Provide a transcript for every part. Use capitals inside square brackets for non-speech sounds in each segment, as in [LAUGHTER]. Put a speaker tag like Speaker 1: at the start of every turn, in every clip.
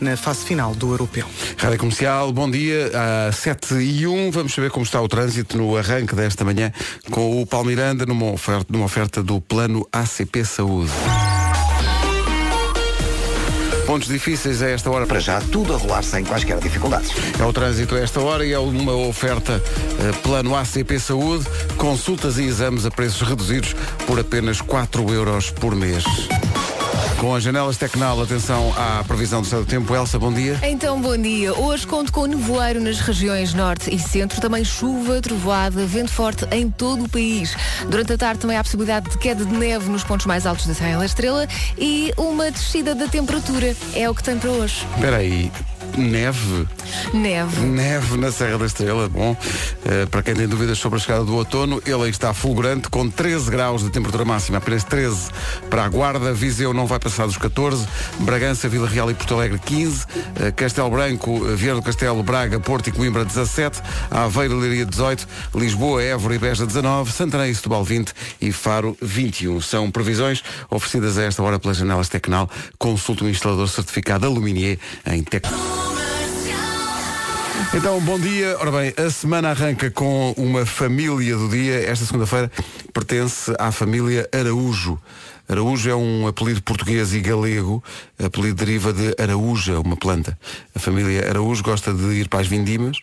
Speaker 1: na fase final do Europeu.
Speaker 2: Rádio Comercial, bom dia. Às 7 e 1, vamos saber como está o trânsito no arranque desta manhã com o Palmiranda numa oferta, numa oferta do Plano ACP Saúde. Pontos difíceis a esta hora.
Speaker 3: Para já, tudo a rolar sem quaisquer dificuldades.
Speaker 2: É o trânsito a esta hora e é uma oferta eh, plano ACP Saúde, consultas e exames a preços reduzidos por apenas 4 euros por mês. Com as janelas Tecnal, atenção à previsão do estado do tempo. Elsa, bom dia.
Speaker 4: Então, bom dia. Hoje conto com nevoeiro nas regiões norte e centro, também chuva, trovoada, vento forte em todo o país. Durante a tarde também há a possibilidade de queda de neve nos pontos mais altos da Serra da Estrela e uma descida da temperatura. É o que tem para hoje.
Speaker 2: Espera aí, neve?
Speaker 4: Neve.
Speaker 2: Neve na Serra da Estrela, bom. eh, para quem tem dúvidas sobre a chegada do outono, ele aí está fulgurante, com 13 graus de temperatura máxima, apenas 13 para a Guarda, Viseu não vai passar dos 14, Bragança, Vila Real e Porto Alegre 15, eh, Castelo Branco, eh, Vieira do Castelo, Braga, Porto e Coimbra 17, Aveiro, e Leiria 18, Lisboa, Évora e Beja 19, Santarém e Setúbal 20 e Faro 21. São previsões oferecidas a esta hora pelas janelas Tecnal. Consulte um instalador certificado Aluminier em Tec. Então, bom dia. Ora bem, a semana arranca com uma família do dia. Esta segunda-feira pertence à família Araújo. Araújo é um apelido português e galego. Apelido deriva de Araúja, uma planta. A família Araújo gosta de ir para as vindimas,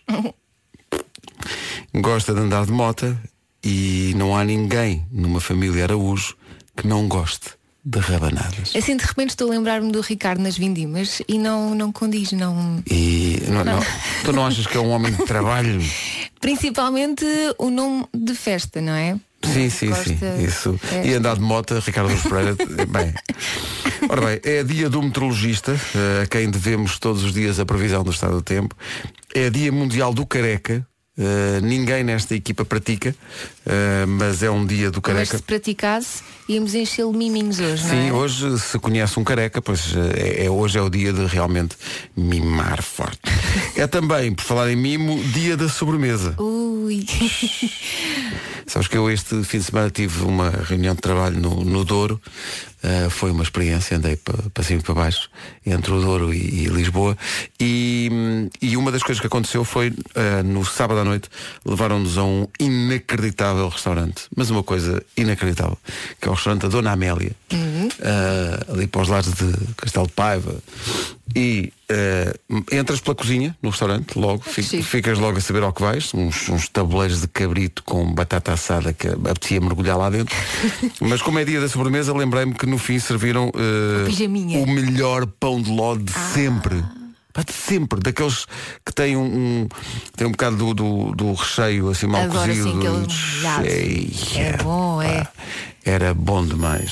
Speaker 2: gosta de andar de mota e não há ninguém numa família Araújo que não goste de rabanadas.
Speaker 4: Assim, de repente estou a lembrar-me do Ricardo nas Vindimas e não, não condiz, não.
Speaker 2: E não- não- tu não achas que é um homem de trabalho?
Speaker 4: Principalmente o nome de festa, não é?
Speaker 2: Sim, sim,
Speaker 4: Gosta
Speaker 2: sim.
Speaker 4: de
Speaker 2: Isso.
Speaker 4: festa.
Speaker 2: E andar de moto, Ricardo Luz Pereira.
Speaker 4: [LAUGHS]
Speaker 2: é, bem. Ora bem, é dia do meteorologista, eh, a quem devemos todos os dias a previsão do estado do tempo. É dia mundial do careca. eh, ninguém nesta equipa pratica, eh, mas é um dia do
Speaker 4: Mas
Speaker 2: careca.
Speaker 4: se praticasse, íamos encher-lhe miminhos hoje, não é?
Speaker 2: Sim, hoje se conhece um careca, pois eh, é, é- hoje é o dia de realmente mimar
Speaker 4: [LAUGHS]
Speaker 2: forte. É também, por falar em mimo, dia da sobremesa.
Speaker 4: Ui.
Speaker 2: Sabes que eu este fim de semana tive uma reunião de trabalho no, no Douro. Ah, foi uma experiência, andei pa- para cima e para baixo, entre o Douro e, e Lisboa. E, hum, e uma das coisas que aconteceu foi, ah, no sábado à noite, levaram-nos a um inacreditável restaurante. Mas uma coisa inacreditável, que é o restaurante da Dona Amélia,
Speaker 4: Uhum.
Speaker 2: ah, ali para os lados de Castelo de Paiva. E ah, entras pela cozinha no restaurante, logo,
Speaker 4: Ah, que
Speaker 2: fica-
Speaker 4: chique.
Speaker 2: ficas logo a saber ao que vais, uns, uns tabuleiros de cabrito com batata assada que apetecia mergulhar lá
Speaker 4: [LAUGHS]
Speaker 2: dentro. Mas como é dia da sobremesa, lembrei-me que no fim serviram eh,
Speaker 4: pijaminha.
Speaker 2: o melhor pão de ló de
Speaker 4: Ah.
Speaker 2: sempre. Pá, De sempre, daqueles que têm um, um- têm um bocado do, do, do recheio assim mal
Speaker 4: Agora sim,
Speaker 2: cozido.
Speaker 4: aquele molhado.
Speaker 2: Ei,
Speaker 4: É bom, é.
Speaker 2: pá, Era bom demais.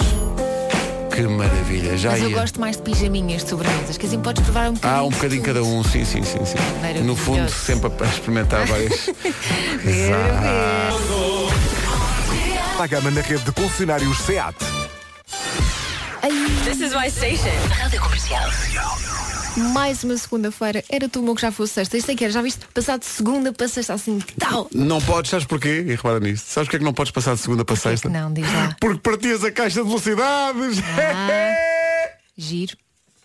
Speaker 2: Que maravilha. Já
Speaker 4: Mas eu
Speaker 2: ia.
Speaker 4: gosto mais de pijaminhas de sobremesas, que assim podes provar um bocadinho.
Speaker 2: Ah, é. um bocadinho cada um, sim, sim, sim, sim.
Speaker 4: Maravilhoso.
Speaker 2: No fundo, sempre a experimentar
Speaker 4: [LAUGHS]
Speaker 2: várias. Exato.
Speaker 5: A gama na rede de concessionários SEAT.
Speaker 6: This is my station. Rádio Comercial.
Speaker 4: Mais uma segunda-feira, era tão bom que já fosse sexta. Isto é que era, já viste? Passado de segunda para sexta assim, que tal?
Speaker 2: Não podes, sabes porquê? E repara nisto. Sabes porque é que não podes passar de segunda para sexta?
Speaker 4: Não, diz lá.
Speaker 2: Porque partias a caixa de velocidades.
Speaker 4: Ah. Giro.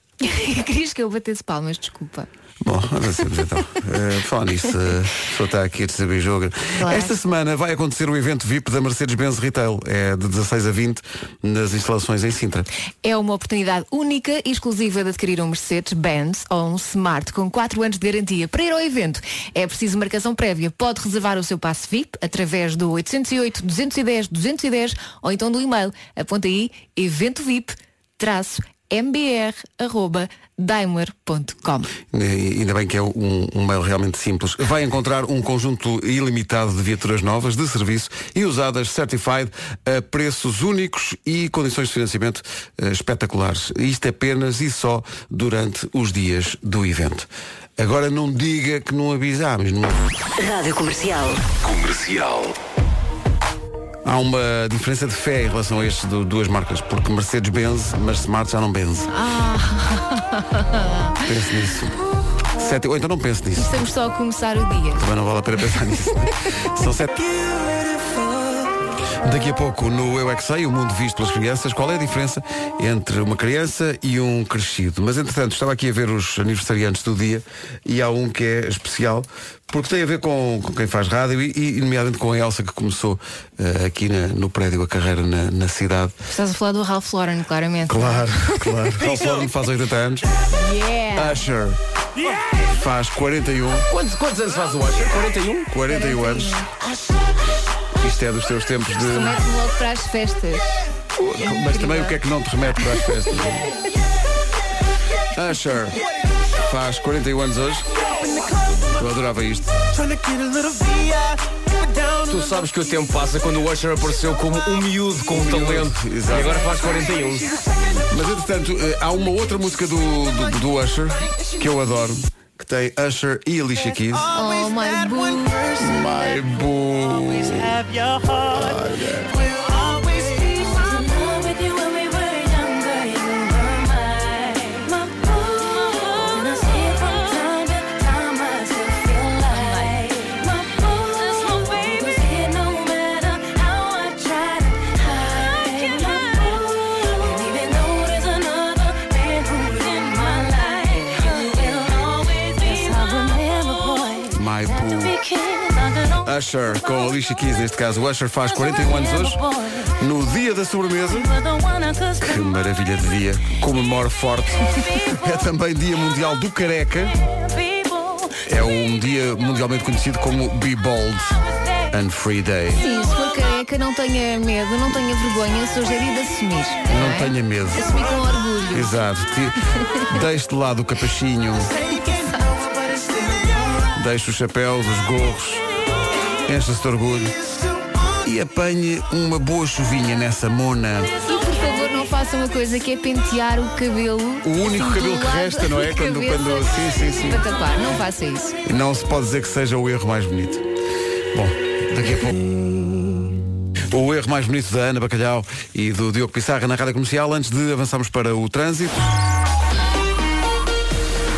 Speaker 4: [LAUGHS] Querias que eu batesse palmas, desculpa.
Speaker 2: Bom, avancemos então.
Speaker 4: [LAUGHS]
Speaker 2: Uh, falar nisso, uh, só está aqui a receber jogo.
Speaker 4: Claro.
Speaker 2: Esta semana vai acontecer o evento VIP da Mercedes-Benz Retail. É de 16 a 20 nas instalações em Sintra.
Speaker 4: É uma oportunidade única e exclusiva de adquirir um Mercedes-Benz ou um Smart com 4 anos de garantia. Para ir ao evento é preciso marcação prévia. Pode reservar o seu passe VIP através do 808 210 210 ou então do e-mail. Aponta aí evento VIP mbr.daimler.com
Speaker 2: E Ainda bem que é um, um mail realmente simples. Vai encontrar um conjunto ilimitado de viaturas novas de serviço e usadas certified a preços únicos e condições de financiamento eh, espetaculares. Isto apenas e só durante os dias do evento. Agora não diga que não avisámos. Não...
Speaker 6: Rádio Comercial.
Speaker 2: Há uma diferença de fé em relação a estas du- duas marcas, porque Mercedes benze, mas Smart já não benze. Pense nisso. Sete... Ou então não pense nisso.
Speaker 4: Estamos só a começar o dia.
Speaker 2: Mas não vale a pena pensar nisso. São sete. Daqui a pouco no Eu é que Sei, o mundo visto pelas crianças, qual é a diferença entre uma criança e um crescido? Mas entretanto, estava aqui a ver os aniversariantes do dia e há um que é especial porque tem a ver com, com quem faz rádio e, e, nomeadamente com a Elsa que começou eh, aqui na- no prédio a carreira na, na cidade.
Speaker 4: Estás a falar do Ralph Lauren, claramente.
Speaker 2: [LAUGHS] Claro, claro. Ralph Lauren faz 80 anos.
Speaker 4: Yeah.
Speaker 2: Asher faz 41.
Speaker 1: Quantos, quantos anos faz o Oscar? 41?
Speaker 2: 41 anos. Isto é dos teus tempos de.
Speaker 4: Remete-me logo para as festas.
Speaker 2: Mas também o que é que não te remete para as festas? Usher faz 41 anos hoje. Eu adorava isto.
Speaker 1: Tu sabes que o tempo passa quando o Usher apareceu como um miúdo com um talento.
Speaker 2: exato.
Speaker 1: E um. agora faz 41.
Speaker 2: Mas entretanto, eh, há uma outra música do, do, do Usher que eu adoro, que tem Usher e Alicia Keys.
Speaker 4: Oh my boo.
Speaker 2: My boo. My boo. Usher com Alicia Keys, neste caso. O Usher faz 41 e anos hoje. No dia da sobremesa, que maravilha de dia, comemora forte. É também Dia Mundial do Careca. É um dia mundialmente conhecido como Be Bold and Free Day.
Speaker 4: Sim, se for careca, é não tenha medo, não tenha vergonha, sou gerido de assumir.
Speaker 2: Não
Speaker 4: é?
Speaker 2: tenha medo.
Speaker 4: Assumir com orgulho.
Speaker 2: Exato. Ti- Deixe de lado o capachinho. Deixe o chapéu, os gorros. Encha-se de orgulho. E apanhe uma boa chuvinha nessa mona.
Speaker 4: E por favor, não faça uma coisa que é pentear o cabelo.
Speaker 2: O único
Speaker 4: do
Speaker 2: cabelo que
Speaker 4: lado
Speaker 2: resta, não é?
Speaker 4: da
Speaker 2: Quando-
Speaker 4: cabeça
Speaker 2: quando- sim, sim, sim.
Speaker 4: Para tapar, não faça isso.
Speaker 2: Não se pode dizer que seja o erro mais bonito. Bom, daqui a pouco. O erro mais bonito da Ana Bacalhau e do Diogo Pissarra na Rádio Comercial, antes de avançarmos para o trânsito.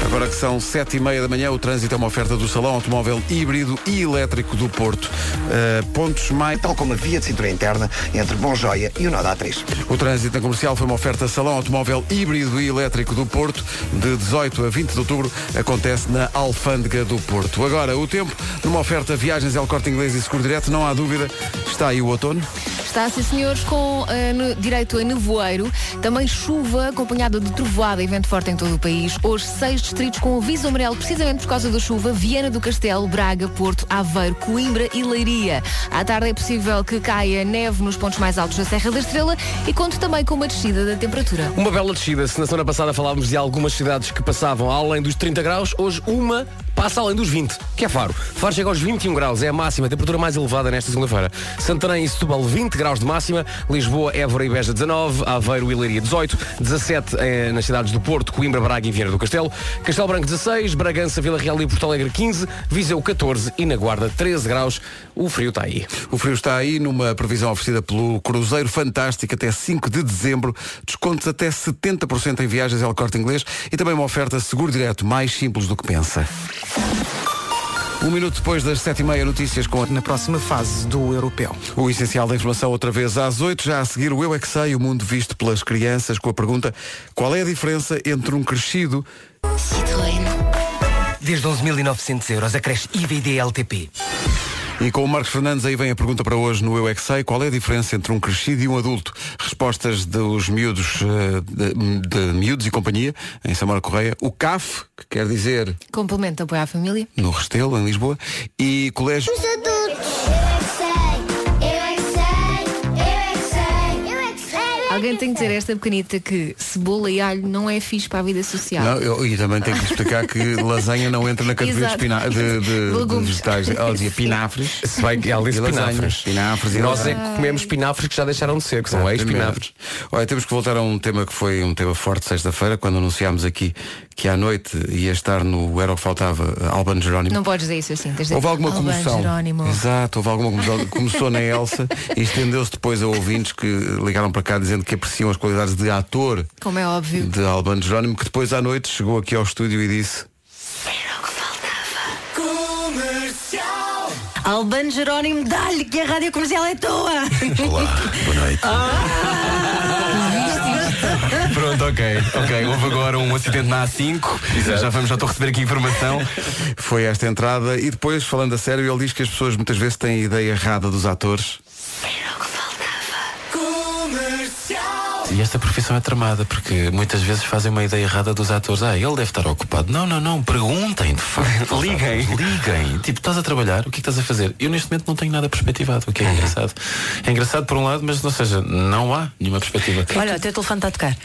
Speaker 2: Agora que são sete e meia da manhã, o trânsito é uma oferta do Salão Automóvel Híbrido e Elétrico do Porto. Uh, pontos mais...
Speaker 3: Tal como a via de cintura interna entre Bom Joia e o Noda A3.
Speaker 2: O trânsito na comercial foi uma oferta Salão Automóvel Híbrido e Elétrico do Porto, de 18 a 20 de outubro, acontece na Alfândega do Porto. Agora, o tempo, numa oferta Viagens El Corte Inglês e Seguro Direto, não há dúvida, está aí o outono.
Speaker 4: Está, sim, senhores, com eh, no- direito a nevoeiro, também chuva acompanhada de trovoada e vento forte em todo o país. Hoje, seis distritos com aviso amarelo, precisamente por causa da chuva: Viana do Castelo, Braga, Porto, Aveiro, Coimbra e Leiria. À tarde é possível que caia neve nos pontos mais altos da Serra da Estrela e conto também com uma descida da temperatura.
Speaker 1: Uma bela descida. Se na semana passada falávamos de algumas cidades que passavam além dos 30 graus, hoje uma passa além dos 20, que é Faro. Faro chega aos 21 graus, é a máxima, a temperatura mais elevada nesta segunda-feira. Santarém e Setúbal, 20 graus de máxima. Lisboa, Évora e Beja, 19. Aveiro e Leiria, 18. 17 eh, nas cidades do Porto, Coimbra, Braga e Vieira do Castelo. Castelo Branco, 16. Bragança, Vila Real e Porto Alegre, 15. Viseu, 14. E na Guarda, 13 graus. O frio está aí.
Speaker 2: O frio está aí numa previsão oferecida pelo Cruzeiro Fantástico até 5 de dezembro. Descontos até 70% em viagens ao corte inglês e também uma oferta seguro direto mais simples do que pensa. Um minuto depois das 7h30, notícias com a
Speaker 7: na próxima fase do europeu.
Speaker 2: O essencial da informação outra vez às 8, já a seguir o Eu é que sei, o mundo visto pelas crianças, com a pergunta qual é a diferença entre um crescido
Speaker 8: Desde 11.900 euros, a creche IVD LTP.
Speaker 2: e com o Marcos Fernandes aí vem a pergunta para hoje no Eu é que sei, qual é a diferença entre um crescido e um adulto? Respostas dos miúdos eh, de, de miúdos e companhia, em Samara Correia, o CAF, que quer dizer
Speaker 4: Complemento apoio à família.
Speaker 2: no Restelo, em Lisboa, e Colégio
Speaker 9: Os adultos. Eu é que sei, eu é que sei, eu é que sei, eu é que sei.
Speaker 4: Alguém tem que dizer a esta pequenita que cebola e alho não é fixe para a vida social.
Speaker 2: Não, eu- e também tenho que explicar que lasanha não entra na categoria de,
Speaker 4: Exato.
Speaker 2: espina- de, de- de
Speaker 4: Legumes.
Speaker 2: vegetais. Ela [LAUGHS] dizia pinafres.
Speaker 1: Se bem que ela disse
Speaker 2: E lasanha.
Speaker 1: espinafres.
Speaker 2: Espinafres e
Speaker 1: Nós é
Speaker 2: lasanha.
Speaker 1: que comemos espinafres que já deixaram de ser, que são ex-espinafres.
Speaker 2: Olha, temos que voltar a um tema que foi um tema forte sexta-feira, quando anunciámos aqui que à noite ia estar no Era o que Faltava Alban Jerónimo.
Speaker 4: Não podes dizer isso assim. tens de dizer,
Speaker 2: Houve alguma
Speaker 4: "Alban
Speaker 2: comoção.
Speaker 4: Jerónimo.
Speaker 2: Exato, houve alguma comoção. Começou na Elsa e estendeu-se depois a ouvintes que ligaram para cá dizendo que apreciam as qualidades de ator
Speaker 4: Como é óbvio.
Speaker 2: de Alban Jerónimo, que depois à noite chegou aqui ao estúdio e disse
Speaker 10: Albano Jerónimo, dá-lhe que a rádio comercial é tua!
Speaker 11: Olá, boa noite.
Speaker 12: Pronto, ok. Ok, houve agora um acidente na A5. Já vamos, já estou a receber aqui informação.
Speaker 2: Foi esta entrada e depois, falando a sério, ele diz que as pessoas muitas vezes têm a ideia errada dos atores.
Speaker 13: E esta profissão é tramada porque muitas vezes fazem uma ideia errada dos atores. Ah, ele deve estar ocupado. Não, não, não. Perguntem, de
Speaker 12: [LAUGHS]
Speaker 13: facto. Liguem. Liguem. Tipo, estás a trabalhar? O que é que estás a fazer? Eu neste momento não tenho nada perspectivado, o que é engraçado. É engraçado por um lado, mas não seja, não há nenhuma perspectiva.
Speaker 10: Olha, o teu telefone está a tocar.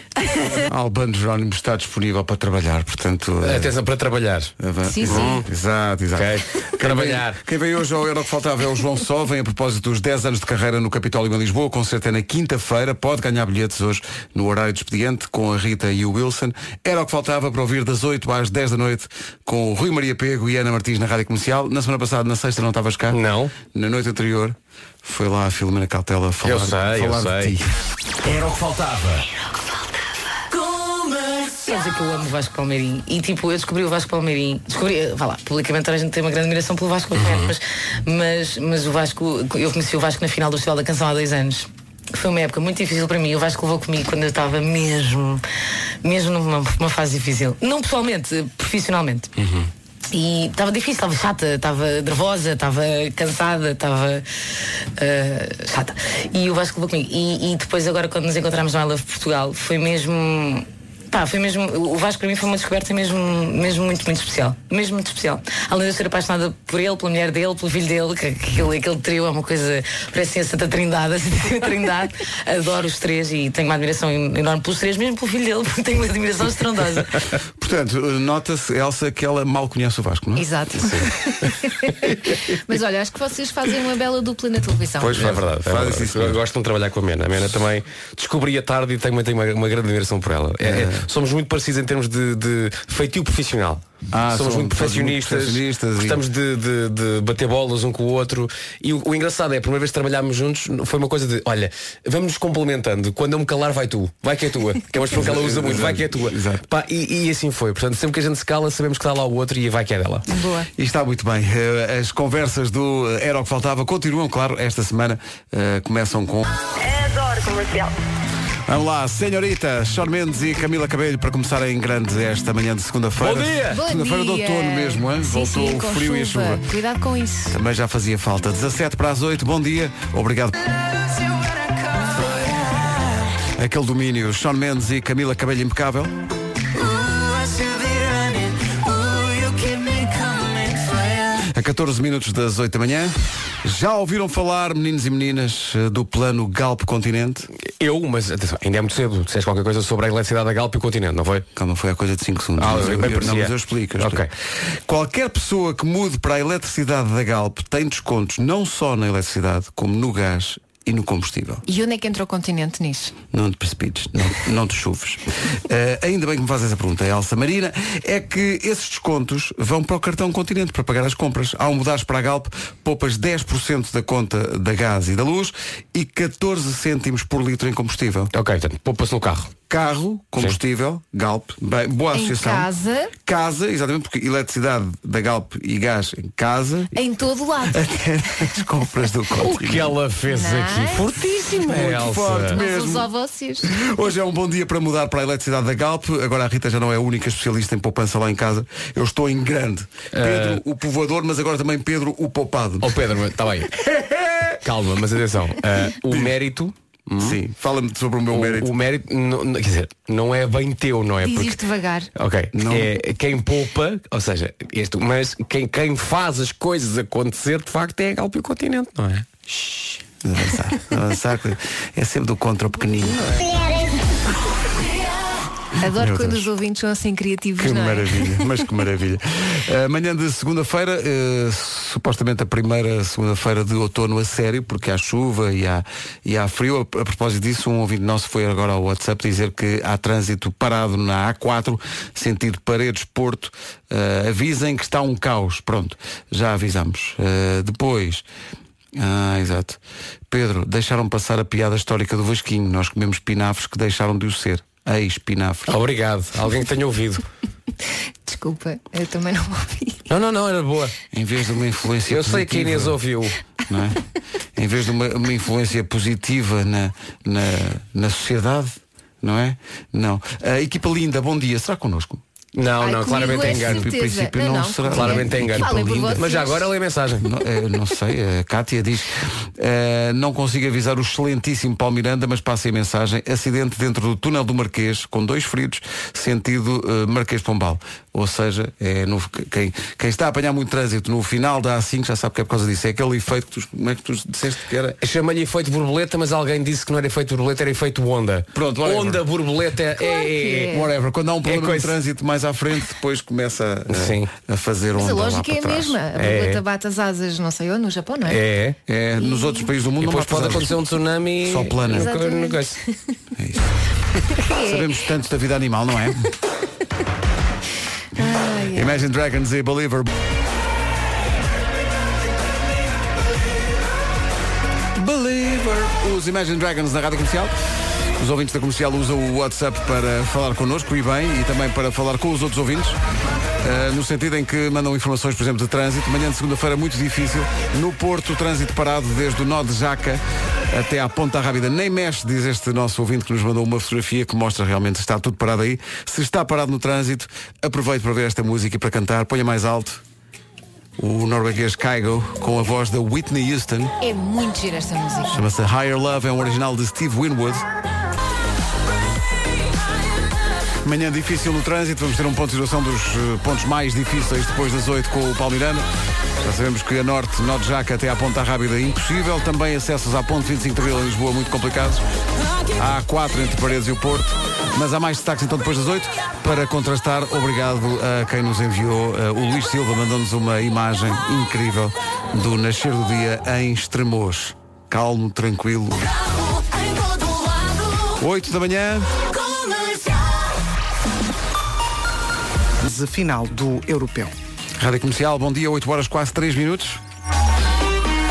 Speaker 2: Albano Jerónimo está disponível para trabalhar, portanto. eh,
Speaker 14: Atenção para trabalhar.
Speaker 2: Ava-
Speaker 4: Sim, sim.
Speaker 2: Hum, Exato, exato.
Speaker 14: Ok.
Speaker 2: Quem
Speaker 14: Trabalhar.
Speaker 2: vem- Quem veio hoje ao Euro que faltava é o João Só, vem a propósito dos 10 anos de carreira no Capitólio em Lisboa, o concerto é na quinta-feira, pode ganhar bilhetes hoje no horário de expediente com a Rita e o Wilson. Era o que faltava para ouvir das 8 às 10 da noite com o Rui Maria Pego e Ana Martins na Rádio Comercial. Na semana passada, na sexta, não estavas cá?
Speaker 14: Não.
Speaker 2: Na noite anterior, foi lá a Filomena Cautela falar,
Speaker 14: Eu sei, eu
Speaker 2: falar de
Speaker 14: sei.
Speaker 2: ti. [LAUGHS]
Speaker 12: Era o que faltava.
Speaker 15: Quer dizer que eu amo o Vasco Palmeirim e tipo, eu descobri o Vasco Palmeirim, descobri, eh, vá lá, publicamente a gente tem uma grande admiração pelo Vasco, obviamente, mas, mas, mas o Vasco, eu conheci o Vasco na final do Festival da Canção há dois anos. Foi uma época muito difícil para mim. O Vasco levou comigo quando eu estava mesmo, mesmo numa, numa fase difícil. Não pessoalmente, eh, profissionalmente. E estava difícil, estava chata, estava nervosa, estava cansada, estava eh, chata. E o Vasco levou comigo. E, e depois agora quando nos encontramos no I Love Portugal, foi mesmo Pá, foi mesmo, o Vasco para mim foi uma descoberta mesmo, mesmo muito, muito especial. Mesmo muito especial. Além de eu ser apaixonada por ele, pela mulher dele, pelo filho dele, que, que aquele, aquele trio é uma coisa, parece a Santa Trindade, [LAUGHS] a Santíssima Trindade. Adoro os três e tenho uma admiração en- enorme pelos três, mesmo pelo filho dele, porque tenho uma admiração estrondosa.
Speaker 2: Portanto, nota-se, Elsa, que ela mal conhece o Vasco, não é?
Speaker 4: Exato. Mas olha, acho que vocês fazem uma bela dupla na televisão.
Speaker 14: Pois é verdade. É
Speaker 2: Faz
Speaker 14: verdade.
Speaker 2: isso,
Speaker 14: Eu
Speaker 2: senhor.
Speaker 14: gosto de trabalhar com a Mena. A Mena também descobri a tarde e tenho, tenho uma, uma grande admiração por ela. É, é, somos muito parecidos em termos de, de feitio profissional.
Speaker 2: Ah,
Speaker 14: somos,
Speaker 2: somos- somos
Speaker 14: muito
Speaker 2: muito
Speaker 14: perfeccionistas,
Speaker 2: perfeccionistas e-
Speaker 14: gostamos de, de- de bater bolas um com o outro. E o, o engraçado é, a primeira vez que trabalhámos juntos foi uma coisa de, olha, vamos nos complementando. Quando eu me calar, vai tu. Vai que é tua. Que é uma expressão que ela usa muito. Vai que é tua.
Speaker 2: Exato.
Speaker 14: Pá, e, e assim foi. Portanto, sempre que a gente se cala, sabemos que está lá o outro e vai que é dela.
Speaker 4: Boa.
Speaker 2: E está muito bem. Eh, As conversas do eh, Era o que Faltava continuam, claro, esta semana eh, começam com.
Speaker 10: Adoro comercial.
Speaker 2: Vamos lá, senhorita, Sean Mendes e Camila Cabelho para começar em grande esta manhã de segunda-feira.
Speaker 14: Bom dia!
Speaker 4: Bom
Speaker 2: Segunda-feira de
Speaker 4: dia.
Speaker 2: outono mesmo, hein?
Speaker 4: Sim,
Speaker 2: Voltou
Speaker 4: sim,
Speaker 2: o
Speaker 4: com
Speaker 2: frio e a chuva.
Speaker 4: Cuidado com isso.
Speaker 2: Também já fazia falta. 17 para as 8, bom dia, obrigado. Aquele domínio, Sean Mendes e Camila Cabelho impecável. A 14 minutos das 8 da manhã. Já ouviram falar, meninos e meninas, eh, do plano Galp Continente?
Speaker 14: Eu, mas atenção, ainda é muito cedo. Disseste qualquer coisa sobre a eletricidade da Galp e o continente, não foi?
Speaker 2: Calma, foi a coisa de 5 segundos.
Speaker 14: Ah,
Speaker 2: Mas
Speaker 14: bem
Speaker 2: eu, eu,
Speaker 14: parecia.
Speaker 2: não, mas eu explico. eu explico.
Speaker 14: Ok.
Speaker 2: Qualquer pessoa que mude para a eletricidade da Galp tem descontos não só na eletricidade, como no gás e no combustível.
Speaker 4: E onde é que entra o continente nisso?
Speaker 2: Não te precipites, não, não te chuves. ainda bem que me fazes essa pergunta, Elsa Marina. É que esses descontos vão para o cartão Continente para pagar as compras. Ao mudares para a Galp, poupas 10% da conta da gás e da luz e 14 cêntimos por litro em combustível.
Speaker 14: Ok, portanto, poupa-se no carro.
Speaker 2: Carro, combustível, Galp, bem, boa
Speaker 4: Em
Speaker 2: associação.
Speaker 4: casa.
Speaker 2: Casa, exatamente, porque eletricidade da Galp e gás em casa.
Speaker 4: Em todo o
Speaker 2: [LAUGHS]
Speaker 4: lado.
Speaker 2: Até nas compras do
Speaker 14: O
Speaker 2: Continente.
Speaker 14: que é ela fez
Speaker 4: Nice.
Speaker 14: aqui? Fortíssimo,
Speaker 2: Muito
Speaker 14: Elsa.
Speaker 2: forte mesmo.
Speaker 4: Mas só vocês.
Speaker 2: Hoje é um bom dia para mudar para a eletricidade da Galp. Agora a Rita já não é a única especialista em poupança lá em casa. Eu estou em grande.
Speaker 14: Eh,
Speaker 2: Pedro, o povoador, mas agora também Pedro, o poupado.
Speaker 14: Ó Oh, Pedro, está bem. Calma, mas atenção. ah, o mérito.
Speaker 2: Sim, fala-me sobre o meu
Speaker 14: hum? O
Speaker 2: mérito.
Speaker 14: o mérito, não- não- quer dizer, não é bem teu, não é?
Speaker 4: Diz isto devagar.
Speaker 14: Ok,
Speaker 2: Não.
Speaker 14: é quem poupa, ou seja, este, mas quem, quem faz as coisas acontecer, de facto, é a Galp e o Continente, não é?
Speaker 2: Avançar, avançar. É sempre do contra o pequenino.
Speaker 4: Adoro
Speaker 2: Meu
Speaker 4: quando
Speaker 2: Deus.
Speaker 4: os ouvintes são assim criativos,
Speaker 2: Que
Speaker 4: não é? [LAUGHS]
Speaker 2: maravilha, mas que maravilha. Eh, Amanhã de segunda-feira, eh, supostamente a primeira segunda-feira de outono a sério, porque há chuva e há, e há frio. A, a propósito disso, um ouvinte nosso foi agora ao WhatsApp dizer que há trânsito parado na A4, sentido Paredes-Porto. Eh, avisem que está um caos. Pronto, já avisamos. Eh, depois. Ah, exato. Pedro, deixaram passar a piada histórica do Vasquinho. Nós comemos pinafres que deixaram de o ser. Eis-pinafres.
Speaker 14: Obrigado, alguém que tenha ouvido.
Speaker 4: Desculpa, eu também não ouvi.
Speaker 1: Não, não, não, era boa.
Speaker 2: Em vez de uma influência
Speaker 1: Eu sei que a
Speaker 2: positiva,
Speaker 1: Inês ouviu.
Speaker 2: não é? em vez de uma, uma influência positiva na, na, na sociedade, não é? Não. A equipa linda, bom dia, será connosco?
Speaker 1: Não,
Speaker 2: Ai,
Speaker 1: não,
Speaker 2: comigo
Speaker 1: claramente
Speaker 2: é
Speaker 1: é engano.
Speaker 2: certeza. princípio não será.
Speaker 1: Claramente é engano.
Speaker 2: Falem por vocês.
Speaker 1: Mas já agora lê a mensagem.
Speaker 2: Não, eh, não sei, a Cátia diz eh, Não consigo avisar o excelentíssimo Paulo Miranda Mas passei a mensagem Acidente dentro do túnel do Marquês Com dois feridos, sentido eh, Marquês de Pombal Ou seja, é no- quem, quem está a apanhar muito trânsito No final da A5 já sabe que é por causa disso É aquele efeito que tu, como é que tu disseste que era
Speaker 1: Chama-lhe efeito borboleta, mas alguém disse que não era efeito borboleta, era efeito onda.
Speaker 2: Pronto, whatever.
Speaker 1: Onda, borboleta, é- é, é.
Speaker 2: Whatever, quando há um problema de
Speaker 1: coisa.
Speaker 2: trânsito mais à frente, depois começa a-
Speaker 1: Sim.
Speaker 2: a fazer um.
Speaker 4: Mas a lógica é a mesma. A borboleta bate as asas, não sei eu, no Japão, não é?
Speaker 1: É.
Speaker 2: É, nos outros países do mundo
Speaker 1: E
Speaker 2: não
Speaker 1: depois
Speaker 2: bate as
Speaker 1: pode
Speaker 2: asas.
Speaker 1: acontecer um tsunami.
Speaker 2: Só plana.
Speaker 1: No, co- no,
Speaker 4: Exatamente.
Speaker 1: coice. [LAUGHS]
Speaker 2: Sabemos tanto da vida animal, não
Speaker 4: [LAUGHS]
Speaker 2: é? Imagine Dragons e Believer. Believer. Os Imagine Dragons na rádio comercial. Os ouvintes da comercial usam o WhatsApp para falar connosco e bem, e também para falar com os outros ouvintes. eh, no sentido em que mandam informações, por exemplo, de trânsito. Manhã de segunda-feira muito difícil. No Porto, o trânsito parado desde o nó de Jaca até à Ponta Rábida. Nem mexe, diz este nosso ouvinte que nos mandou uma fotografia que mostra realmente está tudo parado aí. Se está parado no trânsito, aproveite para ver esta música e para cantar. Ponha mais alto. O norueguês Kygo com a voz da Whitney Houston.
Speaker 4: É muito gira esta música.
Speaker 2: Chama-se Higher Love, é um original de Steve Winwood. Manhã difícil no trânsito, vamos ter um ponto de situação dos eh, pontos mais difíceis depois das 8 com o Palmirano. Já sabemos que a norte, nó de Jaca até à Ponta Rábida é impossível. Também acessos à Ponte 25 de Abril em Lisboa muito complicados. Há A4 entre Paredes e o Porto. Mas há mais destaques então depois das 8. Para contrastar, obrigado a quem nos enviou. eh, O Luís Silva mandou-nos uma imagem incrível do nascer do dia em Estremoz. Calmo, tranquilo. 8 da manhã.
Speaker 7: Final do Europeu.
Speaker 2: Rádio Comercial, bom dia, 8 horas quase 3 minutos.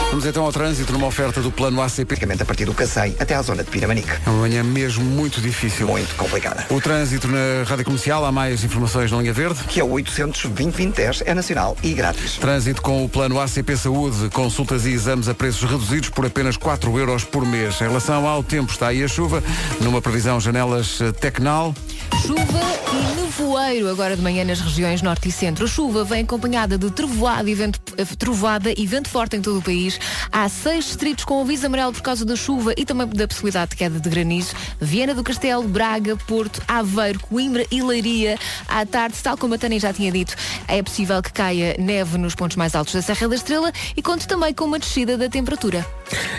Speaker 2: Vamos então ao trânsito numa oferta do plano ACP.
Speaker 3: Praticamente a partir do Cacém até à zona de Piramanique.
Speaker 2: É uma manhã mesmo muito difícil.
Speaker 3: Muito complicada.
Speaker 2: O trânsito na Rádio Comercial, há mais informações na linha verde.
Speaker 3: Que é o 820-2010, é nacional e grátis.
Speaker 2: Trânsito com o plano ACP Saúde, consultas e exames a preços reduzidos por apenas 4 euros por mês. Em relação ao tempo, está aí a chuva, numa previsão janelas eh, Tecnal.
Speaker 4: Chuva e nevoeiro agora de manhã nas regiões norte e centro. A chuva vem acompanhada de trovoada e, vento, eh, trovoada e vento forte em todo o país. Há seis distritos com aviso amarelo por causa da chuva e também da possibilidade de queda de granizo. Viana do Castelo, Braga, Porto, Aveiro, Coimbra e Leiria. À tarde, tal como a Tânia já tinha dito, é possível que caia neve nos pontos mais altos da Serra da Estrela e conte também com uma descida da temperatura.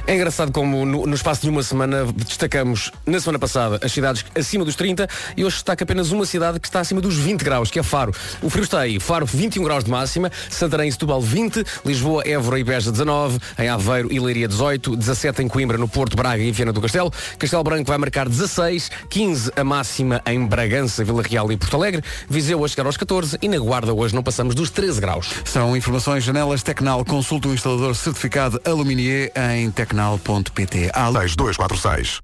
Speaker 1: É engraçado como no, no espaço de uma semana destacamos, na semana passada, as cidades acima dos 30 e hoje destaca apenas uma cidade que está acima dos 20 graus, que é Faro. O frio está aí. Faro, 21 graus de máxima. Santarém e Setúbal, 20. Lisboa, Évora e Beja, 19. Em Aveiro e Leiria, 18. 17 em Coimbra, no Porto, Braga e Viana do Castelo. Castelo Branco vai marcar 16. 15 a máxima em Bragança, Vila Real e Porto Alegre. Viseu a chegar aos 14 e na Guarda hoje não passamos dos 13 graus.
Speaker 2: São informações janelas Tecnal. Consulte o instalador certificado Aluminier em tecnal.pt. Há
Speaker 5: 6246.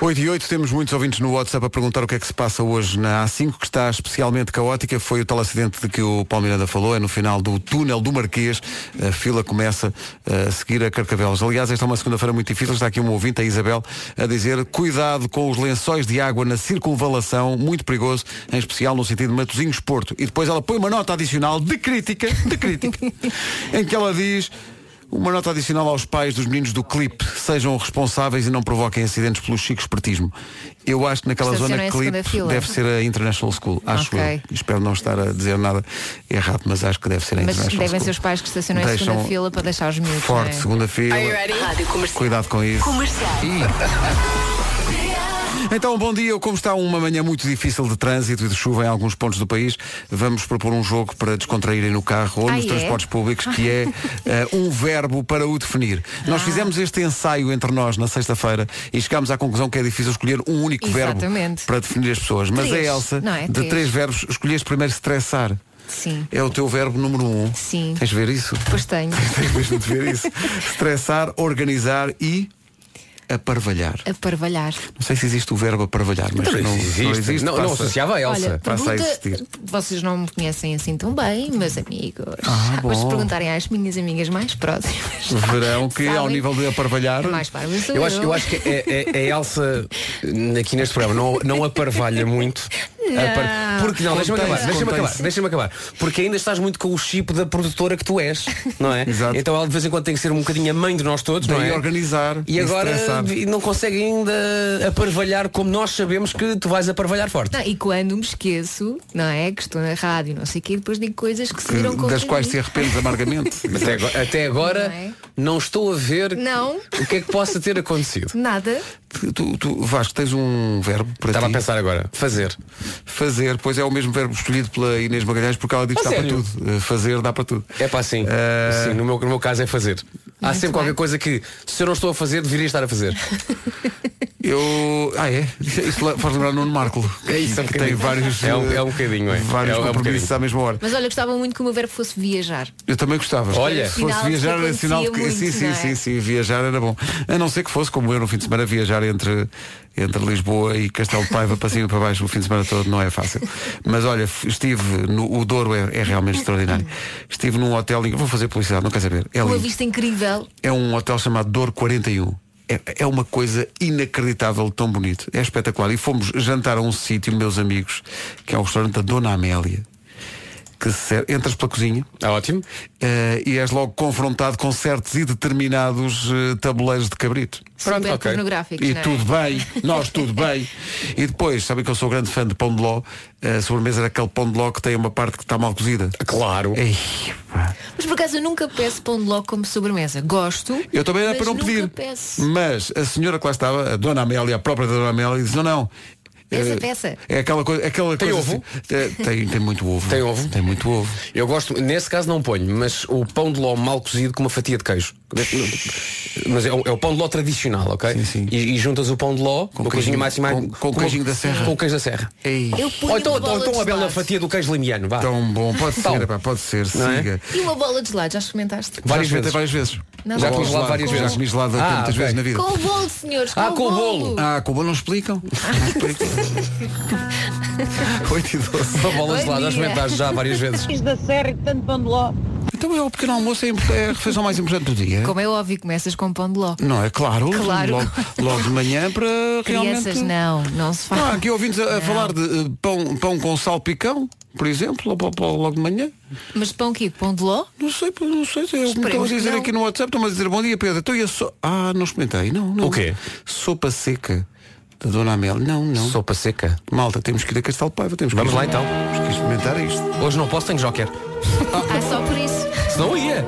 Speaker 2: 8 e 8, temos muitos ouvintes no WhatsApp a perguntar o que é que se passa hoje na A5, que está especialmente caótica. Foi o tal acidente de que o Paulo Miranda falou, é no final do túnel do Marquês. A fila começa eh, a seguir a Carcavelos. Aliás, esta é uma segunda-feira muito difícil. Está aqui uma ouvinte, a Isabel, a dizer cuidado com os lençóis de água na circunvalação, muito perigoso, em especial no sentido de Matosinhos-Porto. E depois ela põe uma nota adicional de crítica, de crítica, em que ela diz... Uma nota adicional aos pais dos meninos do clipe. Sejam responsáveis e não provoquem acidentes pelo chico espertismo. Eu acho que naquela
Speaker 4: Estacionam
Speaker 2: zona
Speaker 4: em é segunda
Speaker 2: clipe
Speaker 4: fila.
Speaker 2: deve ser a International School. Acho
Speaker 4: Ok.
Speaker 2: eu. Espero não estar a dizer nada errado, mas acho que deve ser a
Speaker 4: Mas
Speaker 2: International
Speaker 4: devem ser
Speaker 2: School.
Speaker 4: os pais que estacionam em
Speaker 2: Deixam
Speaker 4: segunda fila para deixar os miúdos. não
Speaker 2: Forte,
Speaker 4: é?
Speaker 2: segunda fila.
Speaker 6: Rádio comercial.
Speaker 2: Cuidado com isso. Ih. Então, bom dia. Como está uma manhã muito difícil de trânsito e de chuva em alguns pontos do país, vamos propor um jogo para descontraírem no carro ou
Speaker 4: Ah,
Speaker 2: nos
Speaker 4: é?
Speaker 2: transportes públicos, que
Speaker 4: [LAUGHS]
Speaker 2: é eh, um verbo para o definir.
Speaker 4: Ah.
Speaker 2: Nós fizemos este ensaio entre nós na sexta-feira e chegámos à conclusão que é difícil escolher um único verbo
Speaker 4: Exatamente.
Speaker 2: para definir as pessoas. Mas
Speaker 4: Três,
Speaker 2: a Elsa,
Speaker 4: não é?
Speaker 2: de
Speaker 4: Três.
Speaker 2: três verbos, escolheste primeiro estressar.
Speaker 4: Sim,
Speaker 2: É o teu verbo número um.
Speaker 4: Sim.
Speaker 2: [LAUGHS] Tens de ver isso?
Speaker 4: pois tenho.
Speaker 2: Tens mesmo de ver isso. Estressar, organizar e Aparvalhar.
Speaker 4: Aparvalhar.
Speaker 2: Não sei se existe o verbo aparvalhar, mas
Speaker 14: Então não
Speaker 2: não
Speaker 14: existe. Não- não associava a Elsa.
Speaker 4: Olha,
Speaker 2: passa a
Speaker 4: pergunta,
Speaker 2: existir.
Speaker 4: vocês não me conhecem assim tão bem, meus amigos.
Speaker 2: Ah, bom.
Speaker 4: Mas se perguntarem às minhas amigas mais próximas.
Speaker 2: Verão que ao
Speaker 4: Sabem?
Speaker 2: nível de aparvalhar.
Speaker 4: É mais parvo sou
Speaker 14: Eu acho, eu acho que é- é- é a Elsa eh, aqui neste programa não, não aparvalha muito.
Speaker 4: Não.
Speaker 14: Apar- Porque não, deixa-me acabar,
Speaker 2: Contém-se,
Speaker 14: deixa-me acabar,
Speaker 2: contém-se.
Speaker 14: deixa-me acabar. Porque ainda estás muito com o chip da produtora que tu és, não é?
Speaker 2: Exato.
Speaker 14: Então ela de vez em quando tem que ser um bocadinho a mãe de nós todos, não
Speaker 2: Daí
Speaker 14: é?
Speaker 2: organizar
Speaker 14: E
Speaker 2: e
Speaker 14: agora
Speaker 2: estressar.
Speaker 14: vi- não consegue ainda aparvalhar como nós sabemos que tu vais aparvalhar forte.
Speaker 4: Não, e quando me esqueço, não é? Que estou na rádio, não sei o quê, depois digo coisas que se
Speaker 2: que-
Speaker 4: viram com
Speaker 2: das quais se arrependes amargamente.
Speaker 14: [LAUGHS] Mas até agora, até agora
Speaker 4: Não
Speaker 14: não,
Speaker 4: é?
Speaker 14: estou a ver
Speaker 4: Não.
Speaker 14: o que é que possa ter acontecido.
Speaker 4: Nada. [LAUGHS]
Speaker 2: tu, tu, Vasco, tens um verbo para
Speaker 14: Estava a
Speaker 2: ti?
Speaker 14: pensar agora, fazer.
Speaker 2: Fazer, pois é o mesmo verbo escolhido pela Inês Magalhães porque ela diz que dá
Speaker 14: A
Speaker 2: para
Speaker 14: Ah, sério?
Speaker 2: tudo. Eh, Fazer dá para tudo.
Speaker 14: É para assim.
Speaker 2: Eh,
Speaker 14: Sim, no meu, no meu caso é fazer. Há
Speaker 4: Muito
Speaker 14: sempre qualquer
Speaker 4: bem.
Speaker 14: coisa que, se eu não estou a fazer, deveria estar a fazer.
Speaker 2: Eu. Ah, é? Isto le- faz lembrar Nuno Marco.
Speaker 14: É isso, é um
Speaker 2: que tem
Speaker 14: bocadinho.
Speaker 2: vários.
Speaker 14: É um-
Speaker 2: eh,
Speaker 14: é um bocadinho, é.
Speaker 2: Vários
Speaker 14: É um- é um
Speaker 2: compromissos
Speaker 14: bocadinho.
Speaker 2: à mesma hora.
Speaker 4: Mas olha, gostava muito que o meu verbo fosse viajar.
Speaker 2: Eu também gostava.
Speaker 14: Olha.
Speaker 2: se fosse
Speaker 4: Sinal de que
Speaker 2: viajar era sinal de que.
Speaker 4: acontecia
Speaker 2: sim,
Speaker 4: muito,
Speaker 2: sim,
Speaker 4: não
Speaker 2: sim,
Speaker 4: é?
Speaker 2: sim, viajar era bom. A não ser que fosse como eu no fim de semana viajar entre, entre Lisboa e Castelo de Paiva para cima e para baixo o fim de semana todo não é fácil. Mas olha, f- estive no. O Douro é, é realmente extraordinário. Estive num hotel. em- Vou fazer publicidade, não quer saber. É
Speaker 4: Uma
Speaker 2: lindo.
Speaker 4: vista incrível.
Speaker 2: É um hotel chamado Douro 41. É, é uma coisa inacreditável, tão bonito. É espetacular. E fomos jantar a um sítio, meus amigos, que é o restaurante da Dona Amélia. Que se- entras pela cozinha
Speaker 14: Ah, ótimo.
Speaker 2: eh, e és logo confrontado com certos e determinados eh, tabuleiros de cabrito.
Speaker 14: Pronto,
Speaker 4: super
Speaker 14: ok.
Speaker 4: pornográficos,
Speaker 2: E
Speaker 4: não é?
Speaker 2: tudo bem,
Speaker 4: [LAUGHS]
Speaker 2: nós tudo bem. E depois, sabem que eu sou grande fã de pão de ló. Eh, A sobremesa era aquele pão de ló que tem uma parte que está mal cozida.
Speaker 14: Claro.
Speaker 2: Ei, pá.
Speaker 4: Mas por acaso eu nunca peço pão de ló como sobremesa. Gosto.
Speaker 2: Eu também era
Speaker 4: mas
Speaker 2: para não
Speaker 4: nunca
Speaker 2: pedir.
Speaker 4: Peço.
Speaker 2: Mas a senhora que lá estava, a dona Amélia, a própria da dona Amélia, disse, não, não.
Speaker 4: Essa
Speaker 2: eh,
Speaker 4: peça.
Speaker 2: É aquela coisa. Aquela
Speaker 14: Tem
Speaker 2: coisa
Speaker 14: ovo?
Speaker 2: assim, eh, tem, tem muito ovo.
Speaker 14: Tem ovo?
Speaker 2: Tem muito ovo.
Speaker 14: Eu gosto, nesse caso não ponho, mas o pão de ló mal cozido com uma fatia de queijo. Mas é o, é o pão de ló tradicional, ok?
Speaker 2: Sim, sim.
Speaker 14: E, e juntas o pão de ló com o
Speaker 2: queijinho-
Speaker 14: queijinho mais mais-
Speaker 2: com- com o queijinho da serra.
Speaker 14: Com o queijo da serra.
Speaker 2: Ei,
Speaker 4: Eu ponho
Speaker 14: Ou então,
Speaker 4: uma
Speaker 14: ou
Speaker 4: bola
Speaker 14: então
Speaker 4: de
Speaker 14: a bela
Speaker 4: gelado.
Speaker 14: fatia do queijo limiano, vá. [LAUGHS]
Speaker 2: Tão bom. Pode
Speaker 14: Tal.
Speaker 2: ser, pá, pode ser.
Speaker 14: Não é?
Speaker 2: Siga.
Speaker 4: E uma bola de gelado, já experimentaste?
Speaker 14: Várias
Speaker 2: já experimentei várias
Speaker 14: vezes.
Speaker 2: vezes.
Speaker 4: Não,
Speaker 14: Já
Speaker 4: não.
Speaker 14: comi gelado
Speaker 2: gelado,
Speaker 14: várias
Speaker 2: já
Speaker 14: vezes.
Speaker 2: comi gelado
Speaker 14: Ah,
Speaker 2: muitas
Speaker 14: ok.
Speaker 2: vezes na vida.
Speaker 4: Com o bolo, senhores. Com
Speaker 14: Ah,
Speaker 4: o
Speaker 14: com o
Speaker 4: bolo.
Speaker 14: bolo.
Speaker 2: Ah, como não explicam? Não
Speaker 4: [LAUGHS]
Speaker 2: explicam. 8 e 12.
Speaker 14: Uma
Speaker 4: Bom
Speaker 14: bola de
Speaker 4: dia.
Speaker 14: gelado, já experimentaste já várias vezes.
Speaker 16: da Serra e tanto bandeló.
Speaker 2: Então é o pequeno almoço, é impor- é a refeição mais importante do dia.
Speaker 4: Como é óbvio, começas com pão de ló.
Speaker 2: Não, é claro.
Speaker 4: Claro.
Speaker 2: Logo, logo de manhã para realmente.
Speaker 4: [LAUGHS] Crianças, não. Não se faz.
Speaker 2: Ah, aqui ouvintes a, a falar de eh, pão, pão com salpicão, por exemplo, logo, logo de manhã.
Speaker 4: Mas pão quê? Pão de ló?
Speaker 2: Não sei, pá, não sei. é Eu
Speaker 4: Esperemos
Speaker 2: estão a
Speaker 4: que
Speaker 2: dizer
Speaker 4: não.
Speaker 2: aqui no WhatsApp, estão a dizer bom dia, Pedro. Então, e a so... Ah, não experimentei, não, não.
Speaker 14: O quê?
Speaker 2: Sopa seca da Dona Amel. Não, não.
Speaker 14: Sopa seca.
Speaker 2: Malta, temos que ir a Castelo de Paiva, temos que
Speaker 14: Vamos
Speaker 2: ir-
Speaker 14: lá, então.
Speaker 2: Temos que experimentar isto.
Speaker 14: Hoje não posso, tenho joker.
Speaker 4: Ah, só por isso.
Speaker 14: Senão ia.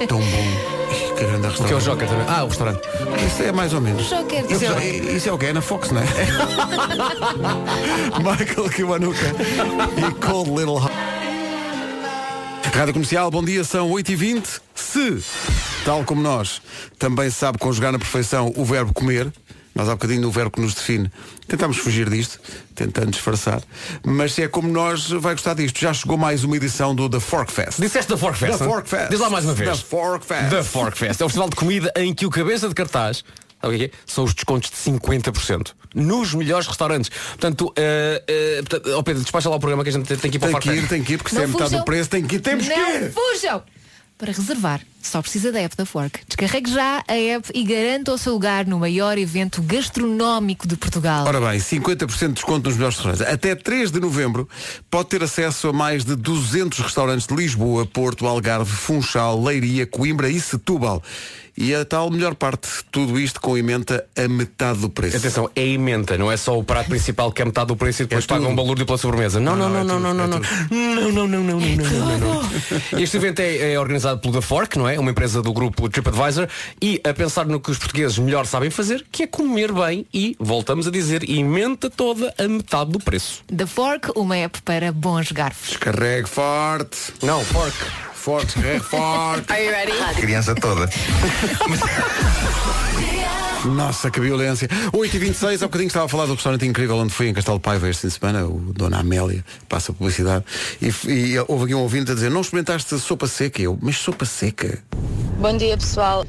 Speaker 2: É tão bom. Ih, Que grande
Speaker 14: Que é o
Speaker 2: restaurante.
Speaker 14: joker também. Ah, o restaurante.
Speaker 2: Isso é mais ou menos.
Speaker 4: Joker.
Speaker 2: Isso é, isso é o que é na Fox, não é? Michael Kiwanuka e Cold Little Heart. Rádio Comercial, bom dia, são 8h20. Se, tal como nós, também sabe conjugar na perfeição o verbo comer, nós há bocadinho no verbo que nos define, tentámos fugir disto, tentando disfarçar, mas se é como nós, vai gostar disto. Já chegou mais uma edição do The Fork Fest.
Speaker 14: Disseste da Fork Fest.
Speaker 2: The
Speaker 14: não? é?
Speaker 2: Fork Fest.
Speaker 14: Diz lá mais uma vez.
Speaker 2: The Fork Fest.
Speaker 14: The Fork Fest. É o festival de comida em que o cabeça de cartaz sabe o que é que é? são os descontos de 50% nos melhores restaurantes. Portanto, eh, eh, portanto, ó Pedro, despacha lá o programa que a gente tem que ir para
Speaker 2: Tem
Speaker 14: o Fork
Speaker 2: que ir,
Speaker 14: Fest.
Speaker 2: tem que ir, porque se
Speaker 4: Não
Speaker 2: é metade
Speaker 4: fujam.
Speaker 2: do preço, tem que ir, temos que ir!
Speaker 4: Não fujam! Para reservar, só precisa da app da Fork. Descarregue já a app e garanta o seu lugar no maior evento gastronómico de Portugal.
Speaker 2: Ora bem, 50% de desconto nos melhores restaurantes. Até 3 de novembro pode ter acesso a mais de 200 restaurantes de Lisboa, Porto, Algarve, Funchal, Leiria, Coimbra e Setúbal. E a tal melhor parte, tudo isto com emenda a metade do preço.
Speaker 14: Atenção, é emenda, não é só o prato principal que é metade do preço e depois
Speaker 2: É tudo. é
Speaker 14: paga um balúrdio pela sobremesa. Não, não, não, não, não, não, não. Não, não, não, não, não, não, não, não. Este evento é, é organizado pelo The Fork, não é? Uma empresa do grupo TripAdvisor e a pensar no que os portugueses melhor sabem fazer, que é comer bem e, voltamos a dizer, emenda toda a metade do preço.
Speaker 4: Da Fork, uma app para bons garfos.
Speaker 2: Descarregue forte,
Speaker 14: Não, Fork.
Speaker 2: forte, descarregue forte.
Speaker 17: Criança toda.
Speaker 2: Nossa, que violência. 8h26, há bocadinho estava a falar do restaurante incrível onde fui em Castelo de Paiva este fim de semana, o Dona Amélia, passa a publicidade, e, f- e houve aqui um ouvinte a dizer, não experimentaste sopa seca? Eu, mas sopa seca?
Speaker 16: Bom dia pessoal.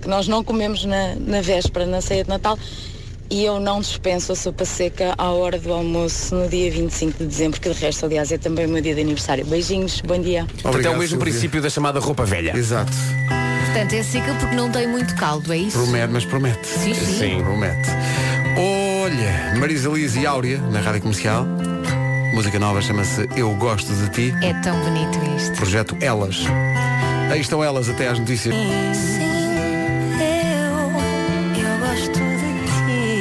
Speaker 15: que nós não comemos na, na véspera, na ceia de Natal, e eu não dispenso a sopa seca à hora do almoço no dia 25 de dezembro, que de resto, aliás, é também o meu dia de aniversário. Beijinhos, bom dia.
Speaker 14: Portanto, é o mesmo princípio da chamada roupa velha.
Speaker 2: Exato.
Speaker 4: Portanto, é seca porque não tem muito caldo, é isso?
Speaker 2: Promete, mas promete.
Speaker 4: Sim, sim. Sim.
Speaker 2: Promete. Olha, Marisa Liz e Áurea, na Rádio Comercial. Música nova chama-se Eu Gosto de Ti.
Speaker 4: É tão bonito isto.
Speaker 2: Projeto Elas. Aí estão elas até às notícias.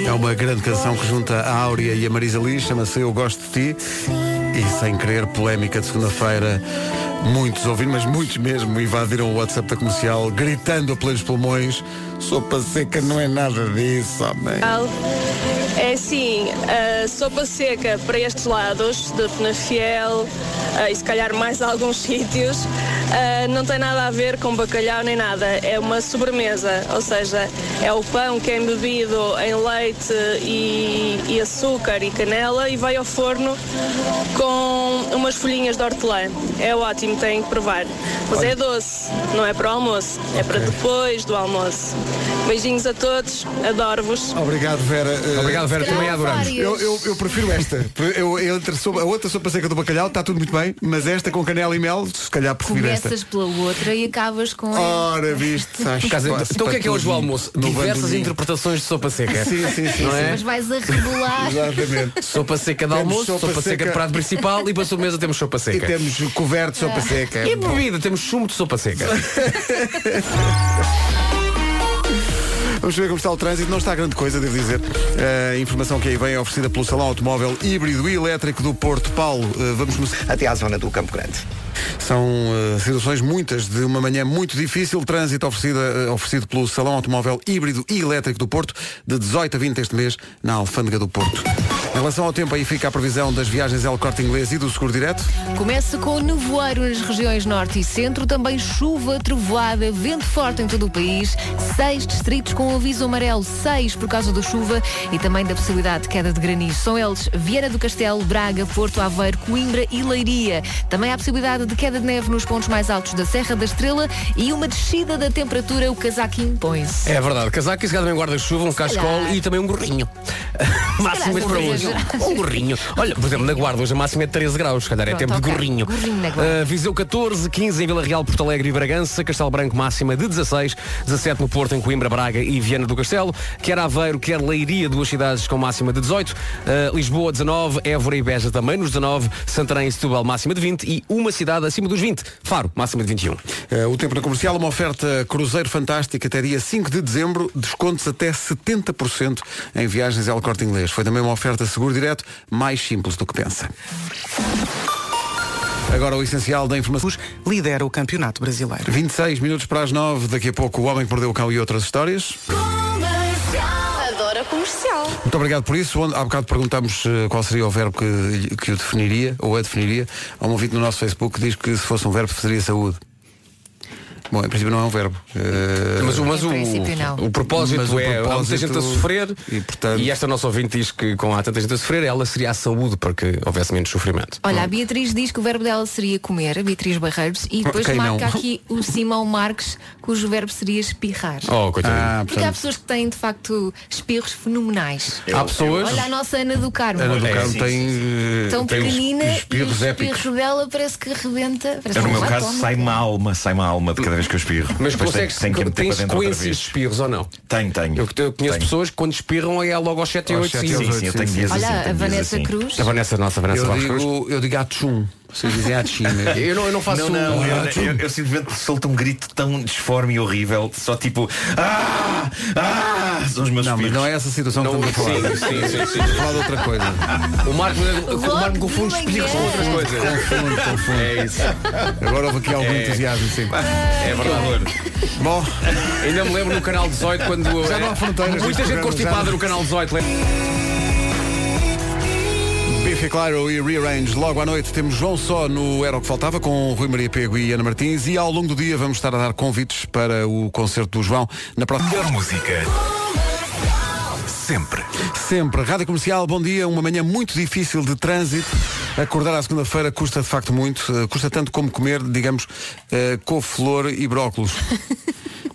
Speaker 2: É uma grande canção que junta a Áurea e a Marisa Liz, chama-se Eu Gosto de Ti. E sem querer, polémica de segunda-feira. Muitos ouviram, mas muitos mesmo invadiram o WhatsApp da comercial, gritando a plenos pulmões: Sopa seca não é nada disso, homem.
Speaker 18: É assim, a sopa seca para estes lados, de Penafiel eh, e se calhar mais [LAUGHS] alguns sítios, eh, não tem nada a ver com bacalhau nem nada. É uma sobremesa, ou seja, é o pão que é embebido em leite e, e açúcar e canela e vai ao forno com umas folhinhas de hortelã. É ótimo, têm que provar. Mas é doce, não é para o almoço, é para depois do almoço. Beijinhos a todos, adoro-vos.
Speaker 2: Obrigado, Vera. Eh,
Speaker 14: Obrigado, Vera, também a adoramos.
Speaker 2: Eu, eu- eu prefiro esta. Eu, eu entre a sopa- a outra sopa seca do bacalhau está tudo muito bem, mas esta com canela e mel, se calhar prefiro esta. Ah,
Speaker 4: Começas pela outra e acabas com a.
Speaker 2: Ora, viste.
Speaker 14: Por acaso, então o que é que é hoje o almoço? Diversas interpretações de sopa seca.
Speaker 2: Sim, sim, sim,
Speaker 14: Não
Speaker 2: sim.
Speaker 14: é?
Speaker 4: Mas vais a regular.
Speaker 2: Exatamente.
Speaker 14: Sopa seca de
Speaker 2: Temos
Speaker 14: almoço,
Speaker 2: sopa
Speaker 14: sopa, seca,
Speaker 2: seca
Speaker 14: de prato principal e para sobremesa temos sopa
Speaker 2: E
Speaker 14: seca.
Speaker 2: temos coberto de sopa seca.
Speaker 14: Ah. E bebida, temos sumo de sopa seca.
Speaker 2: Vamos ver como está o trânsito. Não está grande coisa, devo dizer. A informação que aí vem é oferecida pelo Salão Automóvel Híbrido e Elétrico do Porto Paulo. Eh, Vamos começar.
Speaker 3: Até à zona do Campo Grande.
Speaker 2: São eh, situações muitas de uma manhã muito difícil. Trânsito oferecida, eh, oferecido pelo Salão Automóvel Híbrido e Elétrico do Porto, de 18 a 20 este mês, na Alfândega do Porto. Em relação ao tempo, aí fica a previsão das viagens El Corte Inglês e do Seguro Direto.
Speaker 4: Começa com nevoeiro nas regiões norte e centro, também chuva, trovoada, vento forte em todo o país, seis distritos com aviso amarelo, seis por causa da chuva e também da possibilidade de queda de granizo. São eles Vieira do Castelo, Braga, Porto Aveiro, Coimbra e Leiria. Também há possibilidade de queda de neve nos pontos mais altos da Serra da Estrela e uma descida da temperatura, o casaco impõe-se.
Speaker 14: É verdade, casaco e se calhar também um guarda-chuva, um cascol
Speaker 4: calhar.
Speaker 14: e também um gorrinho.
Speaker 4: calhar,
Speaker 14: Máximas
Speaker 4: não
Speaker 14: para
Speaker 4: vou exagerar.
Speaker 14: hoje. Um gorrinho. Olha, por exemplo, na Guarda hoje a máxima é 13 graus, se calhar é
Speaker 4: Pronto,
Speaker 14: tempo
Speaker 4: ok.
Speaker 14: de gorrinho.
Speaker 4: Gorrinho na Guarda.
Speaker 14: Ah, Viseu 14, 15 em Vila Real, Porto Alegre e Bragança, Castelo Branco máxima de 16, 17 no Porto, em Coimbra, Braga e Viana do Castelo, quer Aveiro, quer Leiria, duas cidades com máxima de 18, ah, Lisboa 19, Évora e Beja também nos 19, Santarém e Setúbal máxima de 20 e uma cidade acima dos 20, Faro máxima de 21.
Speaker 2: Eh, o tempo na comercial, uma oferta Cruzeiro Fantástica até dia 5 de dezembro, descontos até 70% em viagens El Corte Inglês. Foi também uma oferta seguro direto, mais simples do que pensa. Agora o essencial da informação.
Speaker 7: Lidera o Campeonato Brasileiro.
Speaker 2: 26 minutos para as 9, daqui a pouco o Homem que Mordeu o Cão e outras histórias.
Speaker 19: Adoro a comercial.
Speaker 2: Muito obrigado por isso. Onde- Há bocado perguntámos eh, qual seria o verbo que, que o definiria, ou a definiria. Há um ouvinte no nosso Facebook que diz que se fosse um verbo seria saúde. Bom, em princípio não é um verbo. Eh,
Speaker 14: Mas, o- mas
Speaker 4: Em
Speaker 14: o,
Speaker 4: princípio, não.
Speaker 14: o propósito
Speaker 2: Mas o
Speaker 14: é há muita
Speaker 2: propósito-
Speaker 14: gente a sofrer
Speaker 2: e, portanto-
Speaker 14: esta nossa ouvinte diz que com há tanta gente a sofrer, ela seria a saúde para que houvesse menos sofrimento.
Speaker 4: Olha, a Beatriz diz que o verbo dela seria comer, a Beatriz Barreiros, e depois
Speaker 2: Quem
Speaker 4: marca
Speaker 2: não?
Speaker 4: aqui o Simão Marques, cujo verbo seria espirrar.
Speaker 14: Oh, coitadinho.
Speaker 2: Ah,
Speaker 4: Porque há pessoas que têm, de facto, espirros fenomenais.
Speaker 2: Há pessoas.
Speaker 4: Olha a nossa Ana do Carmo.
Speaker 2: Ana do
Speaker 20: É,
Speaker 2: Carmo
Speaker 20: sim,
Speaker 2: tem, eh,
Speaker 4: Tão
Speaker 2: tem uns-
Speaker 4: pequenina
Speaker 2: uns
Speaker 4: e o
Speaker 2: espirros épicos.
Speaker 4: espirro dela parece que arrebenta. Parece
Speaker 20: Eu, no
Speaker 4: um
Speaker 20: meu
Speaker 4: rato,
Speaker 20: caso
Speaker 4: homem.
Speaker 20: sai uma alma, sai uma alma de cada vez que eu espirro.
Speaker 14: Mas
Speaker 20: Depois
Speaker 14: consegues,
Speaker 20: tenho, tenho que a meter
Speaker 14: tens
Speaker 20: para dentro outra
Speaker 14: sequências de
Speaker 20: vez.
Speaker 14: espirros ou não?
Speaker 20: Tenho, tenho.
Speaker 14: Eu, eu conheço
Speaker 20: Tenho.
Speaker 14: pessoas que quando espirram é logo aos 7 e
Speaker 2: Aos
Speaker 14: 8
Speaker 2: sete e
Speaker 14: sim.
Speaker 20: Sim,
Speaker 2: oito.
Speaker 20: sim, eu
Speaker 2: Sim,
Speaker 20: tenho
Speaker 2: sim.
Speaker 20: dias assim.
Speaker 4: Olha,
Speaker 20: tenho
Speaker 4: a
Speaker 20: dias
Speaker 4: Vanessa
Speaker 20: assim.
Speaker 4: Cruz.
Speaker 14: A Vanessa, nossa, a Vanessa
Speaker 2: Eu
Speaker 14: Vasco Cruz.
Speaker 2: digo, eu digo atchum. Vocês dizem atchum.
Speaker 14: [LAUGHS] Eu não, eu não faço
Speaker 20: Não,
Speaker 2: um
Speaker 20: não, eu,
Speaker 14: Atchum.
Speaker 20: eu- eu simplesmente solto um grito tão disforme e horrível, só tipo Ah! Ah! São os meus
Speaker 2: Não, mas
Speaker 20: espirros.
Speaker 2: não é essa situação que estamos a falar.
Speaker 14: é, Sim, sim, sim,
Speaker 2: Estamos a falar de outra coisa.
Speaker 14: O Marco, o
Speaker 4: Logo
Speaker 14: Marco confunde
Speaker 4: de
Speaker 14: espirros com
Speaker 4: manhã.
Speaker 14: outras coisas.
Speaker 2: É. Confundo, confundo.
Speaker 20: É isso.
Speaker 2: Agora houve aqui algum entusiasmo, sim.
Speaker 20: É verdade.
Speaker 2: Bom,
Speaker 14: Ainda me lembro no canal 18 quando.
Speaker 2: [LAUGHS] Já não há
Speaker 14: eh,
Speaker 2: fronteiras neste
Speaker 14: Muita
Speaker 2: programa,
Speaker 14: gente
Speaker 2: já
Speaker 14: constipada
Speaker 2: não-
Speaker 14: no canal 18. lembra?
Speaker 2: Biffy Clyro e Rearrange. Logo à noite temos João Só no Era o que Faltava com Rui Maria Pego e Ana Martins. E ao longo do dia vamos estar a dar convites para o concerto do João na próxima.
Speaker 21: música. Sempre.
Speaker 2: Sempre. Rádio Comercial, bom dia. Uma manhã muito difícil de trânsito. Acordar à segunda-feira custa de
Speaker 4: [LAUGHS]
Speaker 2: facto muito. Eh, Custa tanto como comer, digamos, eh, couve-flor e brócolos.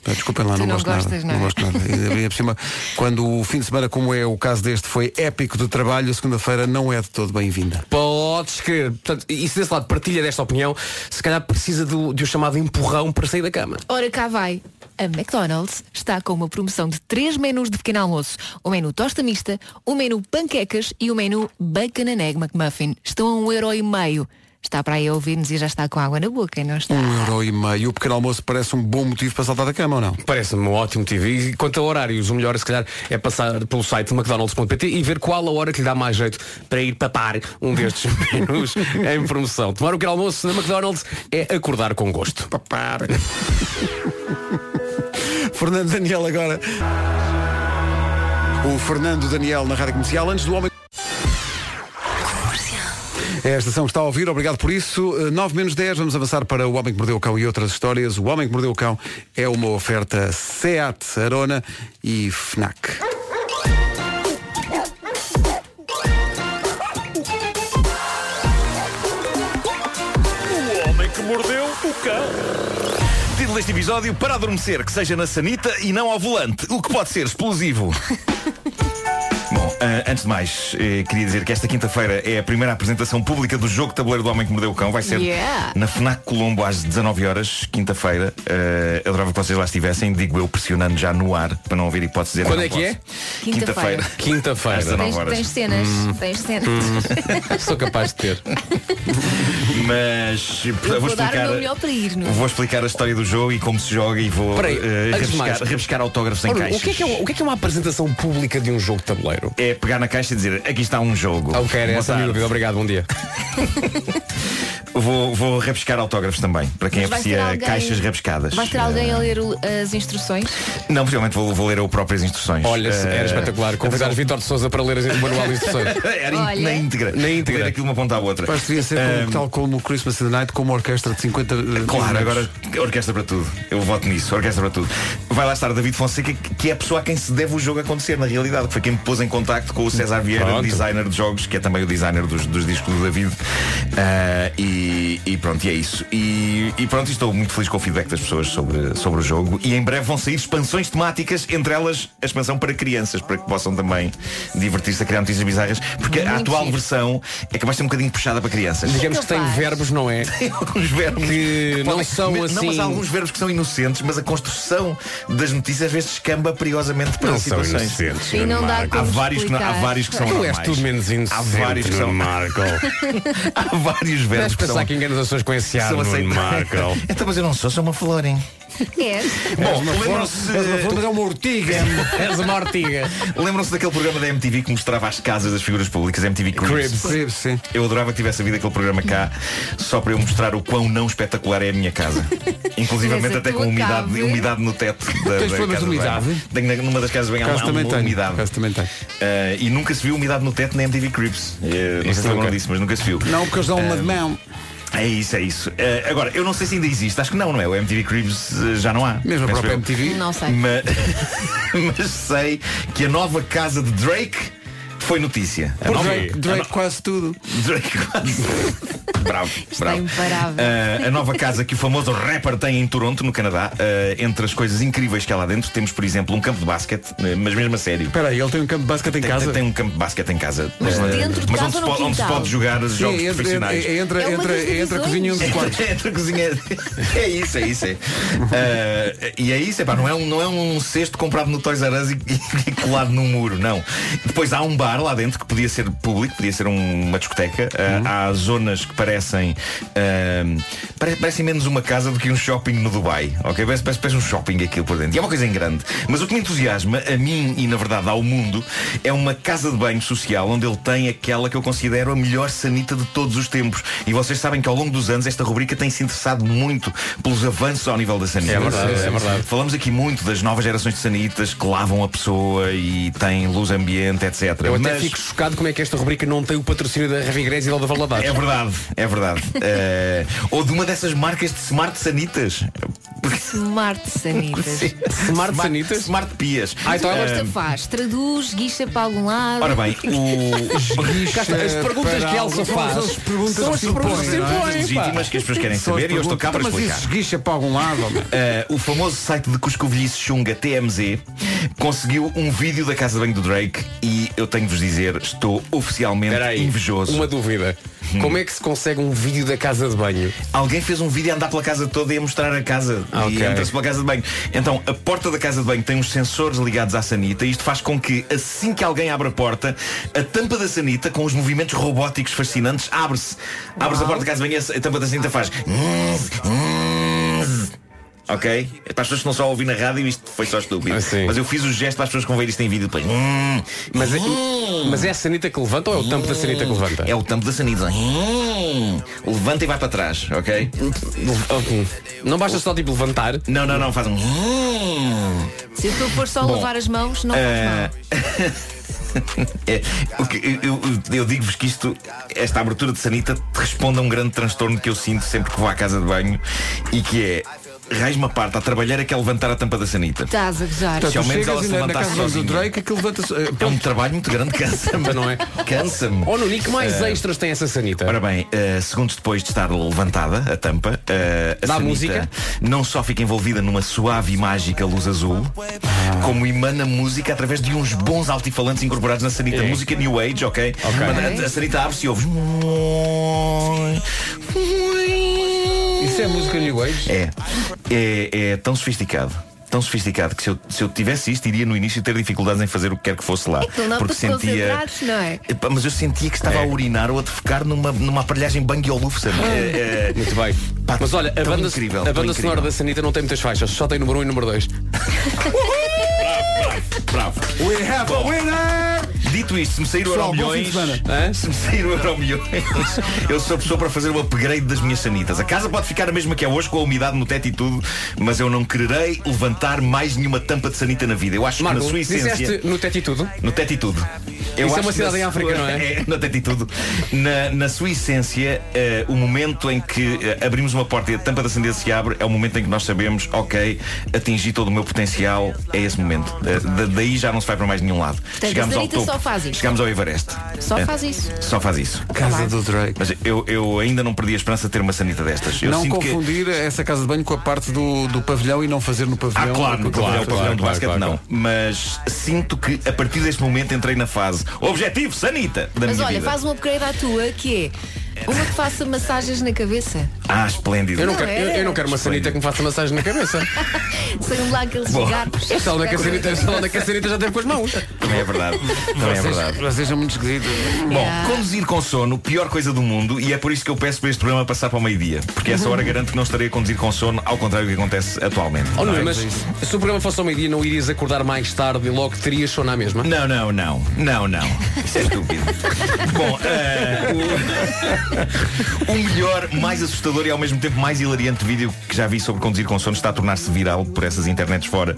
Speaker 2: Pá, Desculpem lá,
Speaker 4: Tu
Speaker 2: não,
Speaker 4: não
Speaker 2: gosto
Speaker 4: gostas,
Speaker 2: nada.
Speaker 4: não é?
Speaker 2: gosto nada. E, ainda bem, por cima, quando o fim de semana, como é o caso deste, foi épico de trabalho, a segunda-feira não é de todo bem-vinda.
Speaker 1: Podes crer. Portanto, e se desse lado partilha desta opinião, se calhar precisa do, de um chamado empurrão para sair da cama.
Speaker 4: Ora cá vai. A McDonald's está com uma promoção de três menus de pequeno almoço. O menu tosta mista, o menu panquecas e o menu bacon and egg McMuffin. Estão a um euro e meio. Está para aí a ouvir-nos e já está com água na boca, não está?
Speaker 2: Um euro e meio. O pequeno almoço parece um bom motivo para saltar da cama ou não?
Speaker 1: Parece-me um ótimo TV. E quanto a horários, o melhor se calhar é passar pelo site mcdonalds.pt e ver qual a hora que lhe dá mais jeito para ir papar um destes [LAUGHS] menus em promoção. Tomar o pequeno almoço na McDonald's é acordar com gosto.
Speaker 2: Papar. Fernando Daniel agora. O Fernando Daniel na Rádio Comercial, antes do homem. É a estação que está a ouvir, obrigado por isso. 9 menos 10, vamos avançar para O Homem que Mordeu o Cão e outras histórias. O Homem que Mordeu o Cão é uma oferta SEAT, Arona e FNAC.
Speaker 14: O homem que mordeu o cão. Título deste episódio, para adormecer, que seja na sanita e não ao volante, o que pode
Speaker 2: [LAUGHS]
Speaker 14: ser explosivo. Bom, ah, antes de mais, eh, queria dizer que esta quinta-feira é a primeira apresentação pública do jogo de tabuleiro do Homem que Mordeu o Cão. Vai ser
Speaker 22: Yeah.
Speaker 14: na FNAC Colombo às 19 horas, quinta-feira. Ah, adorava que vocês lá estivessem, digo eu pressionando já no ar, para não haver hipótese de dizer
Speaker 1: Quando
Speaker 14: não
Speaker 1: é que
Speaker 14: posso.
Speaker 1: é?
Speaker 14: Quinta-feira.
Speaker 1: Quinta-feira.
Speaker 14: Às 19
Speaker 4: Tens,
Speaker 14: horas.
Speaker 4: tens cenas, tens cenas.
Speaker 1: Sou capaz de ter.
Speaker 14: Mas eh,
Speaker 4: Eu
Speaker 14: vou
Speaker 4: vou dar o
Speaker 14: explicar.
Speaker 4: meu melhor para ir, não é?
Speaker 14: Vou explicar a história do jogo e como se joga e vou
Speaker 1: Peraí,
Speaker 14: eh,
Speaker 1: antes de mais-
Speaker 14: rebuscar, rebuscar autógrafos em
Speaker 1: Ora,
Speaker 14: caixas.
Speaker 1: o, que é que é, o que é que é uma apresentação pública de um jogo de tabuleiro? Ah,
Speaker 14: É pegar na caixa e dizer, aqui está um jogo.
Speaker 1: Ok, era
Speaker 14: Boa
Speaker 1: essa a minha
Speaker 14: tarde.
Speaker 1: dúvida. Obrigado, bom dia.
Speaker 14: [LAUGHS] Vou, vou rebuscar autógrafos também, para quem é
Speaker 4: Mas vai
Speaker 14: aprecia
Speaker 4: ter alguém-
Speaker 14: caixas É. Eh, rebuscadas.
Speaker 4: Vai ter alguém a ler o- as instruções?
Speaker 14: [LAUGHS] Não, possivelmente vou, vou ler eu próprias instruções.
Speaker 1: Olha,
Speaker 14: Eh,
Speaker 1: era espetacular. Convidar Vítor de Souza para ler o manual de instruções.
Speaker 14: [LAUGHS] Era in-
Speaker 4: Olha.
Speaker 14: na íntegra. Na íntegra. Ler aquilo de uma ponta à outra. Eh,
Speaker 2: Mas devia
Speaker 1: um
Speaker 2: ser como-
Speaker 14: Ahm,
Speaker 2: tal como o Christmas in the Night, com uma orquestra de 50. eh,
Speaker 14: Claro,
Speaker 1: é?
Speaker 2: elementos.
Speaker 14: agora orquestra para tudo. Eu voto nisso, orquestra para tudo. Vai lá estar David Fonseca, que é a pessoa a quem se deve o jogo acontecer, na realidade, que foi quem me pôs em contacto com o César Vieira,
Speaker 16: Pronto.
Speaker 14: designer de jogos, que é também o designer dos, dos discos do David. Ah, e, e pronto, e é isso. E, e pronto, estou muito feliz com o feedback das pessoas sobre, sobre o jogo. E em breve vão sair expansões temáticas, entre elas a expansão para crianças, para que possam também divertir-se a criar notícias bizarras, porque a atual versão é capaz de ser um bocadinho puxada para crianças.
Speaker 1: Digamos que tem verbos, não é?
Speaker 14: Tem alguns verbos
Speaker 1: que, não
Speaker 14: podem-
Speaker 1: são
Speaker 14: mas-
Speaker 1: assim.
Speaker 14: Não, mas há alguns verbos que são inocentes, mas a construção das notícias às vezes escamba perigosamente para
Speaker 1: Não são
Speaker 14: situações.
Speaker 1: inocentes, E não dá Marco. como
Speaker 14: há, vários que não- há
Speaker 1: explicar.
Speaker 14: vários que são
Speaker 1: Tu és
Speaker 14: normais.
Speaker 1: tudo menos
Speaker 14: [LAUGHS] Há
Speaker 1: inocente,
Speaker 14: vários que são...
Speaker 1: Nuno Marco. [LAUGHS]
Speaker 14: há vários verbos
Speaker 1: Deves
Speaker 14: que
Speaker 1: pensar
Speaker 14: são...
Speaker 1: que enganas as pessoas com esse ar,
Speaker 14: são
Speaker 1: Nuno
Speaker 14: aceitáveis.
Speaker 1: Marco.
Speaker 14: [LAUGHS] Então, mas eu não sou, sou uma flor, hein?
Speaker 4: É.
Speaker 14: Bom,
Speaker 1: uma flor,
Speaker 14: lembram-se...
Speaker 1: és uma flor,
Speaker 2: mas Oh, é uma ortiga.
Speaker 1: [LAUGHS]
Speaker 2: É
Speaker 1: És uma ortiga.
Speaker 14: Lembram-se daquele programa da MTV que mostrava as casas das figuras públicas, MTV Cribs.
Speaker 2: Cribs. Cribs, sim.
Speaker 14: Eu adorava que tivesse havido aquele programa cá, só para eu mostrar o quão não espetacular é a
Speaker 2: [LAUGHS]
Speaker 14: minha casa.
Speaker 2: Mas
Speaker 14: Inclusivamente
Speaker 2: a
Speaker 14: até
Speaker 2: tua
Speaker 14: com umidade,
Speaker 2: cave-
Speaker 14: umidade no teto da,
Speaker 2: Tens
Speaker 14: da
Speaker 2: problemas
Speaker 14: casa
Speaker 2: de
Speaker 14: banho.
Speaker 2: umidade?
Speaker 14: Tenho na- numa das casas bem
Speaker 2: Caso também tenho.
Speaker 14: umidade. Eh,
Speaker 2: também tem.
Speaker 14: e nunca se viu umidade no teto na MTV Cribs. Eh, não sei
Speaker 2: Isso
Speaker 14: se lembram
Speaker 2: nunca.
Speaker 14: disso, mas nunca se viu.
Speaker 2: Não, porque eles dão uma
Speaker 14: Ah,
Speaker 1: Ehm,
Speaker 2: de mão.
Speaker 14: É isso, é isso. Eh, agora, eu não sei se ainda existe, acho que não, não é? O MTV Cribs eh, já não há.
Speaker 2: Mesmo a
Speaker 14: Penso
Speaker 2: própria
Speaker 14: eu.
Speaker 2: MTV.
Speaker 4: Não sei.
Speaker 14: Ma- [LAUGHS] Mas, sei que a nova casa de Drake foi notícia. A
Speaker 2: Por
Speaker 14: nova-
Speaker 2: Drake, Drake quase tudo. [LAUGHS]
Speaker 14: Drake quase. bravo,
Speaker 2: é
Speaker 14: bravo.
Speaker 4: é imparável.
Speaker 14: Ah, a nova casa que o famoso rapper tem em Toronto, no Canadá, ah, entre as coisas incríveis que há lá dentro, temos, por exemplo, um campo de basquete, eh, mas mesmo a sério.
Speaker 2: Espera aí, ele tem um campo de basquete em
Speaker 14: Tem,
Speaker 2: casa?
Speaker 14: tem, tem um campo de basquete em casa.
Speaker 2: Mas
Speaker 14: Ah,
Speaker 2: dentro de
Speaker 14: mas
Speaker 2: casa
Speaker 14: onde, se
Speaker 2: ou no
Speaker 14: pode, onde se
Speaker 2: quintal?
Speaker 14: pode jogar os
Speaker 2: Sim,
Speaker 14: jogos
Speaker 2: entre-
Speaker 14: profissionais.
Speaker 2: é- é entre- É uma entre- das entre a cozinha e um dos
Speaker 14: Entre-
Speaker 2: quartos.
Speaker 14: [LAUGHS] entre a cozinha. É isso, é isso. É. Ah, e é isso, epá, não, é um, não é um cesto comprado no Toys R Us e, e colado num muro, não. Depois há um bar lá dentro que podia ser público, podia ser um- uma discoteca. Ah, Há zonas que parecem. ah, pare- parecem menos uma casa do que um shopping no Dubai. Ok? Parece, parece, parece um shopping aquilo por dentro. E é uma coisa em grande. Mas o que me entusiasma, a mim e na verdade ao mundo, é uma casa de banho social onde ele tem aquela que eu considero a melhor sanita de todos os tempos. E vocês sabem que ao longo dos anos esta rubrica tem-se interessado muito pelos avanços ao nível da sanita.
Speaker 1: É verdade, é verdade.
Speaker 14: Falamos aqui muito das novas gerações de sanitas que lavam a pessoa e têm luz ambiente, etc.
Speaker 1: Eu até
Speaker 14: Mas-
Speaker 1: fico chocado como é que esta rubrica não tem o patrocínio da Ravigrés e da Valadares. [LAUGHS]
Speaker 14: um [LAUGHS] é verdade, é verdade. Eh, ou de uma dessas marcas de smart sanitas. Porque
Speaker 4: Smart
Speaker 14: [LAUGHS]
Speaker 4: Sanitas.
Speaker 1: Smart
Speaker 14: sanitas? Smart pias.
Speaker 4: Gosta,
Speaker 14: Ah,
Speaker 4: faz. Traduz, guicha para algum lado.
Speaker 14: Ora bem, o...
Speaker 1: Cá está, as perguntas que a Elsa faz
Speaker 2: São as perguntas
Speaker 1: são
Speaker 2: que
Speaker 1: as
Speaker 2: se
Speaker 1: perguntas
Speaker 2: impõem,
Speaker 1: que se
Speaker 2: não é?
Speaker 1: impõem, pá.
Speaker 14: legítimas que as pessoas querem
Speaker 2: São as
Speaker 14: saber e eu estou cá para
Speaker 2: perguntas.
Speaker 14: explicar.
Speaker 2: Mas isso esguicha para algum lado. homem.
Speaker 14: Eh, o famoso site de cuscovilhice chunga TMZ conseguiu um vídeo da casa de banho do Drake e eu tenho de vos dizer, estou oficialmente invejoso.
Speaker 1: Uma dúvida.
Speaker 2: Hum.
Speaker 1: Como é que se consegue um vídeo da casa de banho?
Speaker 14: Alguém fez um vídeo a andar pela casa toda e a mostrar a casa
Speaker 1: Ah,
Speaker 14: e
Speaker 1: ok.
Speaker 14: entra-se pela casa de banho. Então, a porta da casa de banho tem uns sensores ligados à sanita e isto faz com que, assim que alguém abre a porta, a tampa da sanita, com os movimentos robóticos fascinantes, abre-se. Abre-se a porta da casa de banho e a tampa da sanita faz. Ok? Para as pessoas que não só ouvem na rádio, isto foi só estúpido.
Speaker 1: Ah,
Speaker 14: Mas eu fiz o gesto para as pessoas que vão ver isto em vídeo depois.
Speaker 1: Mas, é-
Speaker 2: Hum.
Speaker 1: mas é a sanita que levanta ou é o tampo da sanita que levanta?
Speaker 14: É o tampo da sanita. Hum. Levanta e vai para trás, ok?
Speaker 2: é,
Speaker 1: Não basta só tipo levantar.
Speaker 14: Não, não, não, faz um. hum.
Speaker 4: Se eu for só
Speaker 14: Bom,
Speaker 4: lavar as mãos, não faz mal.
Speaker 14: Ah, é, o que- eu eu- eu digo-vos que isto, esta abertura de sanita, responde a um grande transtorno que eu sinto sempre que vou à casa de banho e que é raiz-me a parte, a trabalhar é que é levantar a tampa da sanita.
Speaker 4: Estás a gozar.
Speaker 14: Se ao menos
Speaker 2: chegas
Speaker 14: ela se
Speaker 2: e na- na
Speaker 14: levantasse
Speaker 2: casa do
Speaker 14: sozinha.
Speaker 2: Drake, aquilo levanta-se. eh,
Speaker 14: É um trabalho muito grande, cansa-me.
Speaker 1: Não é?
Speaker 14: Cansa-me.
Speaker 1: Ou no Nick, mais
Speaker 2: É.
Speaker 14: Eh,
Speaker 1: extras tem essa sanita?
Speaker 14: Ora bem, eh, segundos depois de estar levantada a tampa, eh, a
Speaker 1: Dá
Speaker 14: sanita
Speaker 1: música?
Speaker 14: não só fica envolvida numa suave e mágica luz azul,
Speaker 1: Ah.
Speaker 14: como emana música através de uns bons altifalantes incorporados na sanita.
Speaker 1: É.
Speaker 14: Música New Age, ok? Mas a, a sanita abre-se e ouves.
Speaker 1: Isso é música New Age?
Speaker 14: É, é, é tão sofisticado. Tão sofisticado que se eu, se eu tivesse isto, iria no início ter dificuldades em fazer o que quer que fosse lá.
Speaker 4: Aquilo não é para
Speaker 14: porque
Speaker 4: te
Speaker 14: sentia.
Speaker 4: concentrares, não é?
Speaker 14: Epá, Mas eu sentia que
Speaker 1: É.
Speaker 14: estava a urinar ou a defecar numa, numa aparelhagem Bang Olufsen. É, é,
Speaker 1: Muito bem.
Speaker 14: pá,
Speaker 1: Mas olha, a
Speaker 14: tão
Speaker 1: banda,
Speaker 14: incrível,
Speaker 1: a
Speaker 14: tão
Speaker 1: banda
Speaker 14: incrível.
Speaker 1: sonora da sanita não tem muitas faixas, só tem número 1 e número 2.
Speaker 14: Bravo.
Speaker 2: We have a winner!
Speaker 14: Dito isto, se me sair o
Speaker 2: Pessoal,
Speaker 14: Euro
Speaker 2: bom
Speaker 14: Milhões,
Speaker 2: fim de
Speaker 1: Hã?
Speaker 14: se me sair o Euro Milhões, eu sou a pessoa para fazer o upgrade das minhas sanitas. A casa pode ficar a mesma que é hoje, com a umidade no teto e tudo, mas eu não quererei levantar mais nenhuma tampa de sanita na vida. Eu acho
Speaker 1: Marco,
Speaker 14: que na sua essência.
Speaker 1: disseste no teto e tudo?
Speaker 14: No teto e tudo. Eu
Speaker 1: Isso é
Speaker 14: acho
Speaker 1: uma
Speaker 14: que
Speaker 1: cidade
Speaker 14: na
Speaker 1: em África,
Speaker 14: sua-
Speaker 1: não
Speaker 14: [LAUGHS]
Speaker 1: é?
Speaker 14: No teto e tudo. Na, na sua essência, eh, o momento em que eh, abrimos uma porta e a tampa da sanita se abre é o momento em que nós sabemos, ok, atingi todo o meu potencial, é esse momento. Eh, da- daí já não se vai para mais nenhum lado.
Speaker 4: Portanto, a sanita só faz isso.
Speaker 14: Chegamos ao Everest.
Speaker 4: Só
Speaker 14: Eh,
Speaker 4: faz isso.
Speaker 14: Só faz isso.
Speaker 2: Casa do Drake.
Speaker 14: Mas eu, eu ainda não perdi a esperança de ter uma sanita destas. Eu
Speaker 2: não
Speaker 14: sinto que.
Speaker 2: confundir essa casa de banho com a parte do, do pavilhão e não fazer no
Speaker 14: Ah,
Speaker 2: pavilhão.
Speaker 14: claro, no
Speaker 2: Porque o
Speaker 14: pavilhão,
Speaker 2: pavilhão-
Speaker 14: o pavilhão do
Speaker 1: claro,
Speaker 14: basquete
Speaker 1: claro,
Speaker 14: não. Mas sinto que a partir deste momento entrei na fase. Objetivo, sanita! Da
Speaker 4: Mas
Speaker 14: minha
Speaker 4: olha,
Speaker 14: vida.
Speaker 4: faz um upgrade à tua, que é uma que faça massagens na cabeça.
Speaker 14: Ah, esplêndido.
Speaker 1: Eu não,
Speaker 4: Não
Speaker 1: quero,
Speaker 4: é?
Speaker 1: eu, eu não quero uma sanita que me faça massagem na cabeça.
Speaker 2: [LAUGHS]
Speaker 1: É
Speaker 4: Saiam lá um aqueles
Speaker 14: Bom, [LAUGHS]
Speaker 4: gatos.
Speaker 1: Esta
Speaker 2: é
Speaker 1: onda que a sanita, esta onda que a sanita já teve com as mãos.
Speaker 14: Também é verdade. Também é verdade.
Speaker 2: Vocês, vocês são muito esquisitos.
Speaker 14: Bom,
Speaker 4: Yeah.
Speaker 14: conduzir com sono, pior coisa do mundo, e é por isso que eu peço para este programa passar para o meio-dia. Porque essa hora garanto que não estarei a conduzir com sono, ao contrário do que acontece atualmente.
Speaker 1: Oh,
Speaker 14: Não é?
Speaker 1: Nuno, mas se o programa fosse ao meio-dia, não irias acordar mais tarde e logo terias sono à mesma?
Speaker 14: Não, não, não. Não, não. Isso
Speaker 1: [LAUGHS]
Speaker 14: é estúpido. Bom, eh, o... o melhor, mais assustador e ao mesmo tempo mais hilariante vídeo que já vi sobre conduzir com sono está a tornar-se viral por essas internets fora.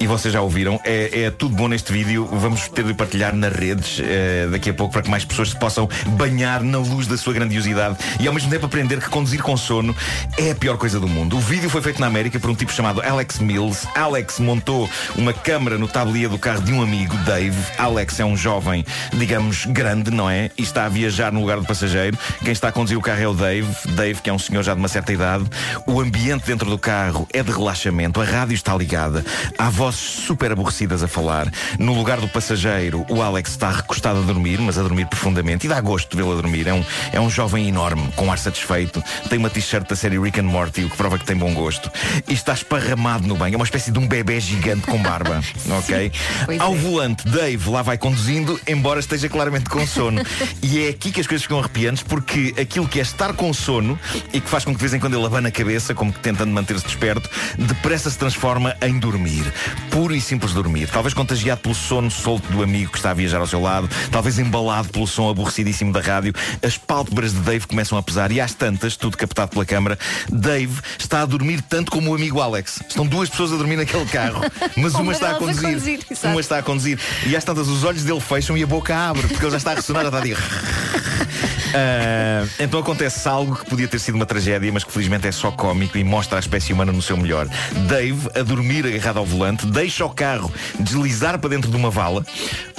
Speaker 14: E vocês já ouviram. É, é tudo bom neste vídeo. Vamos ter de partilhar nas redes eh, daqui a pouco para que mais pessoas se possam banhar na luz da sua grandiosidade e ao mesmo tempo aprender que conduzir com sono é a pior coisa do mundo. O vídeo foi feito na América por um tipo chamado Alex Mills. Alex montou uma câmara no tablier do carro de um amigo, Dave. Alex é um jovem, digamos, grande, não é? E está a viajar no lugar do passageiro. Quem está a conduzir o carro é o Dave. Dave, que é um senhor já de uma certa idade. O ambiente dentro do carro é de relaxamento. A rádio está ligada. Há vozes super aborrecidas a falar. No lugar do passageiro, o Alex está recostado a dormir, mas a dormir profundamente. E dá gosto de vê-lo a dormir. É um, é um jovem enorme, com ar satisfeito. Tem uma t-shirt da série Rick and Morty, o que prova que tem bom gosto. E está esparramado no banho. É uma espécie de um bebê gigante com
Speaker 4: [LAUGHS]
Speaker 14: barba. ok?
Speaker 4: pois
Speaker 14: Ao
Speaker 4: é.
Speaker 14: volante, Dave lá vai conduzindo, embora esteja claramente com sono. e é aqui que as coisas ficam arrepiantes, porque aquilo que é estar com sono e que faz com que de vez em quando ele abana a cabeça, como que tentando manter-se desperto, depressa se transforma em dormir. Puro e simples dormir. Talvez contagiado pelo sono solto do amigo que está a viajar ao seu lado, talvez embalado pelo som aborrecidíssimo da rádio, as pálpebras de Dave começam a pesar e às tantas, tudo captado pela câmara, Dave está a dormir tanto como o amigo Alex. Estão duas pessoas a dormir naquele carro, mas uma
Speaker 4: Uma
Speaker 14: está a
Speaker 4: delas a
Speaker 14: conduzir.
Speaker 4: conduzir, exato.
Speaker 14: Uma está a conduzir. E às tantas os olhos dele fecham e a boca abre, porque ele já está a ressonar, já está a dizer. [LAUGHS] Ah, então acontece algo que podia ter sido uma tragédia, mas que felizmente é só cómico e mostra a espécie humana no seu melhor. Dave, a dormir agarrado ao volante, deixa o carro deslizar para dentro de uma vala,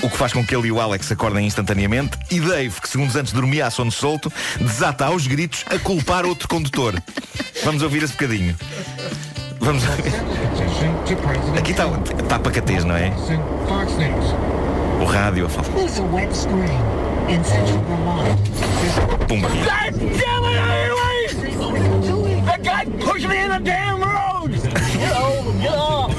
Speaker 14: o que faz com que ele e o Alex acordem instantaneamente. E Dave, que segundos antes dormia a sono solto, desata aos gritos a culpar outro condutor. Vamos ouvir esse bocadinho. Vamos ouvir. Aqui está tá pacatez, não é?
Speaker 22: Fox News.
Speaker 14: O rádio a falar.
Speaker 22: There's a wet spring in central Vermont.
Speaker 14: Pumba.
Speaker 22: God damn it, I That guy pushed me in the damn road! Get over, get off!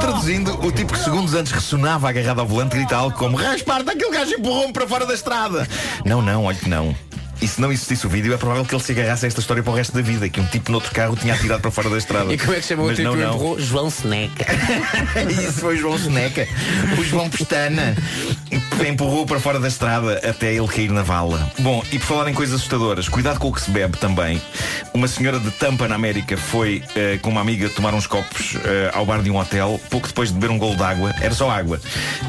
Speaker 14: Traduzindo, o tipo que segundos antes ressonava agarrado ao volante grita algo como Raspar-te, aquele gajo empurrou-me para fora da estrada Não, não, olha que não e se não existisse o vídeo, é provável que ele se agarrasse a esta história para o resto da vida, que um tipo noutro carro tinha atirado para fora da estrada.
Speaker 1: E como é que chamou o
Speaker 14: Mas
Speaker 1: tipo
Speaker 14: não,
Speaker 1: que
Speaker 14: não.
Speaker 1: empurrou? João Seneca.
Speaker 14: Isso foi o João Seneca. O João Pestana empurrou para fora da estrada até ele cair na vala. Bom, e por falar em coisas assustadoras, cuidado com o que se bebe também. Uma senhora de Tampa, na América, foi eh, com uma amiga tomar uns copos eh, ao bar de um hotel, pouco depois de beber um golo de água. Era só água.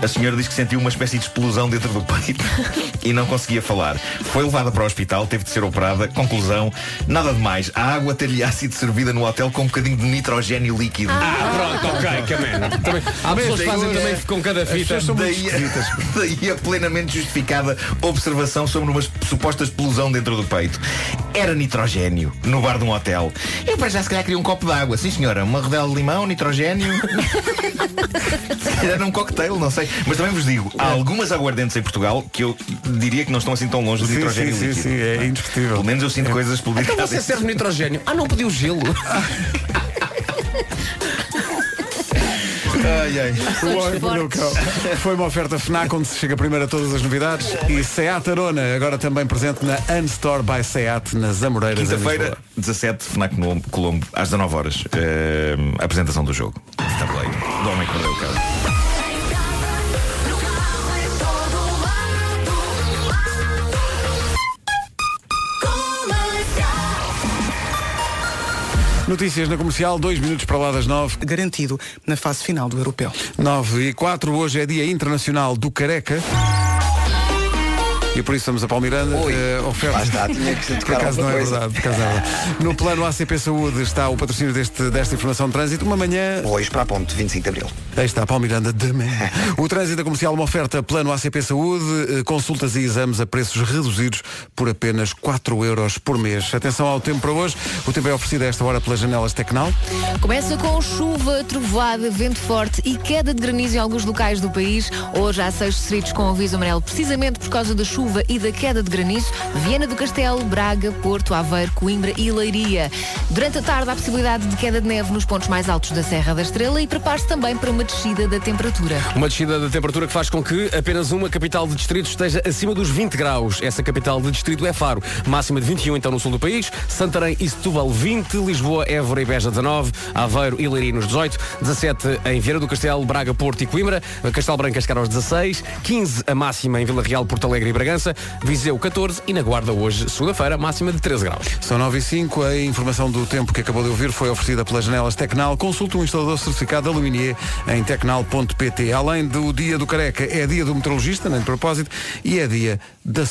Speaker 14: A senhora diz que sentiu uma espécie de explosão dentro do peito [LAUGHS] e não conseguia falar. Foi levada para o hospital, teve de ser operada. Conclusão, nada demais. A água ter-lhe sido servida no hotel com um bocadinho de nitrogênio líquido.
Speaker 1: Ah, pronto, ok, que merda. Também- Há pessoas
Speaker 2: é
Speaker 1: que fazem também com cada fita.
Speaker 14: Daí, [LAUGHS] daí a plenamente justificada observação sobre uma suposta explosão dentro do peito. Era nitrogênio no bar de um hotel. Eu para já se calhar queria um copo de água. Sim senhora, uma rodela de limão, nitrogênio. [LAUGHS] se calhar era um cocktail, não sei. Mas também vos digo,
Speaker 2: É.
Speaker 14: há algumas aguardentes em Portugal que eu diria que não estão assim tão longe do
Speaker 2: Sim,
Speaker 14: nitrogênio
Speaker 2: sim, sim,
Speaker 14: líquido.
Speaker 2: sim, é indiscutível.
Speaker 14: Pelo menos eu sinto coisas explodidas.
Speaker 1: Então você serve nitrogênio. Ah, não pediu gelo.
Speaker 14: [LAUGHS] Ai, ai.
Speaker 2: O Homem que Mordeu o Cão. Foi uma oferta FNAC onde se chega primeiro a todas as novidades e Seat Arona, agora também presente na Unstore by Seat nas Amoreiras em
Speaker 14: Quinta-feira,
Speaker 2: Lisboa.
Speaker 14: 17, FNAC Colombo- Colombo, às 19 horas. Eh, a apresentação do jogo. de Tabuleiro. Do homem que mordeu o cão.
Speaker 2: Notícias na comercial, dois minutos para lá das nove.
Speaker 7: Garantido na fase final do europeu.
Speaker 2: 9 e 4, hoje é Dia Internacional do Careca. E por isso estamos a Palmiranda. eh, oferta.
Speaker 3: Lá está, tinha que se
Speaker 2: [LAUGHS] por
Speaker 3: tocar
Speaker 2: acaso não
Speaker 3: alguma
Speaker 2: é
Speaker 3: coisa.
Speaker 2: verdade. Por acaso não é verdade. No plano ACP Saúde está o patrocínio deste, desta informação de trânsito. Uma manhã.
Speaker 3: Hoje para a ponte, 25 de Abril.
Speaker 2: Aí está, Palmiranda de manhã. O trânsito comercial, uma oferta plano ACP Saúde, eh, consultas e exames a preços reduzidos por apenas 4 euros por mês. Atenção ao tempo para hoje. O tempo é oferecido a esta hora pelas janelas Tecnal.
Speaker 4: Começa com chuva, trovoada, vento forte e queda de granizo em alguns locais do país. Hoje há seis distritos com aviso amarelo, precisamente por causa da chuva e da queda de granizo. Viena do Castelo, Braga, Porto, Aveiro, Coimbra e Leiria. Durante a tarde há possibilidade de queda de neve nos pontos mais altos da Serra da Estrela e prepare-se também para uma descida da temperatura.
Speaker 1: Uma descida da temperatura que faz com que apenas uma capital de distrito esteja acima dos 20 graus. Essa capital de distrito é Faro. Máxima de 21 então no sul do país. Santarém e Setúbal 20. Lisboa, Évora e Beja 19. Aveiro e Leiria nos 18. 17 em Vieira do Castelo, Braga, Porto e Coimbra. Castelo Branco a chegar aos 16. 15 a máxima em Vila Real, Porto Alegre e Bragança. Viseu 14 e na Guarda hoje, segunda-feira, máxima de 13 graus.
Speaker 2: São 9 e 5, a informação do tempo que acabou de ouvir foi oferecida pelas janelas Tecnal. Consulte um instalador certificado Aluminier em tecnal.pt. Além do dia do careca, é dia do meteorologista, nem de propósito, e é dia da...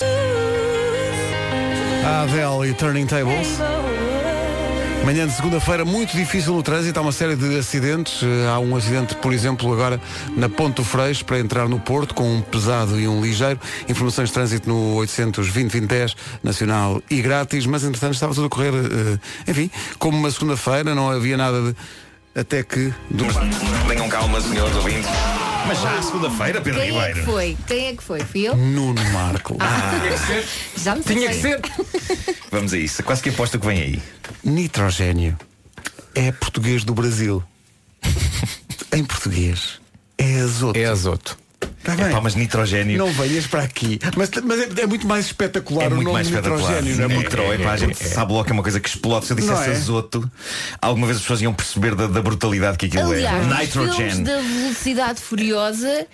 Speaker 2: A Adele e Turning Tables. Manhã de segunda-feira, muito difícil no trânsito, há uma série de acidentes. Eh, Há um acidente, por exemplo, agora na Ponte do Freixo, para entrar no Porto, com um pesado e um ligeiro. Informações de trânsito no 820-2010, nacional e grátis, mas entretanto estava tudo a correr, eh, enfim, como uma segunda-feira, não havia nada de... Até que... Do...
Speaker 14: Tenham calma,
Speaker 3: [LAUGHS]
Speaker 14: senhores ouvintes. Mas já à segunda-feira, Pedro
Speaker 4: Quem é que
Speaker 14: Ribeiro.
Speaker 4: foi? Quem é que foi? Fui eu?
Speaker 2: Nuno Marco. Ah,
Speaker 4: Já me
Speaker 14: Tinha que
Speaker 4: safei.
Speaker 14: Vamos a isso. Quase que aposto que vem aí.
Speaker 2: Nitrogênio é português do Brasil. em português, é azoto. É
Speaker 1: azoto.
Speaker 2: Tá bem.
Speaker 14: É Pá, mas nitrogênio.
Speaker 2: Não venhas para aqui. Mas, mas é, é muito mais espetacular
Speaker 14: É
Speaker 2: o
Speaker 14: muito
Speaker 2: nome
Speaker 14: mais espetacular.
Speaker 2: nitrogênio, não é?
Speaker 14: Nitro, é, pá, a gente sabe logo que é uma coisa que explode. Se eu
Speaker 2: Não
Speaker 14: dissesse
Speaker 2: é?
Speaker 14: azoto, alguma vez as pessoas iam perceber da, da brutalidade que aquilo
Speaker 4: Aliás,
Speaker 14: é.
Speaker 4: nos filmes
Speaker 14: Nitrogen.
Speaker 4: da velocidade furiosa,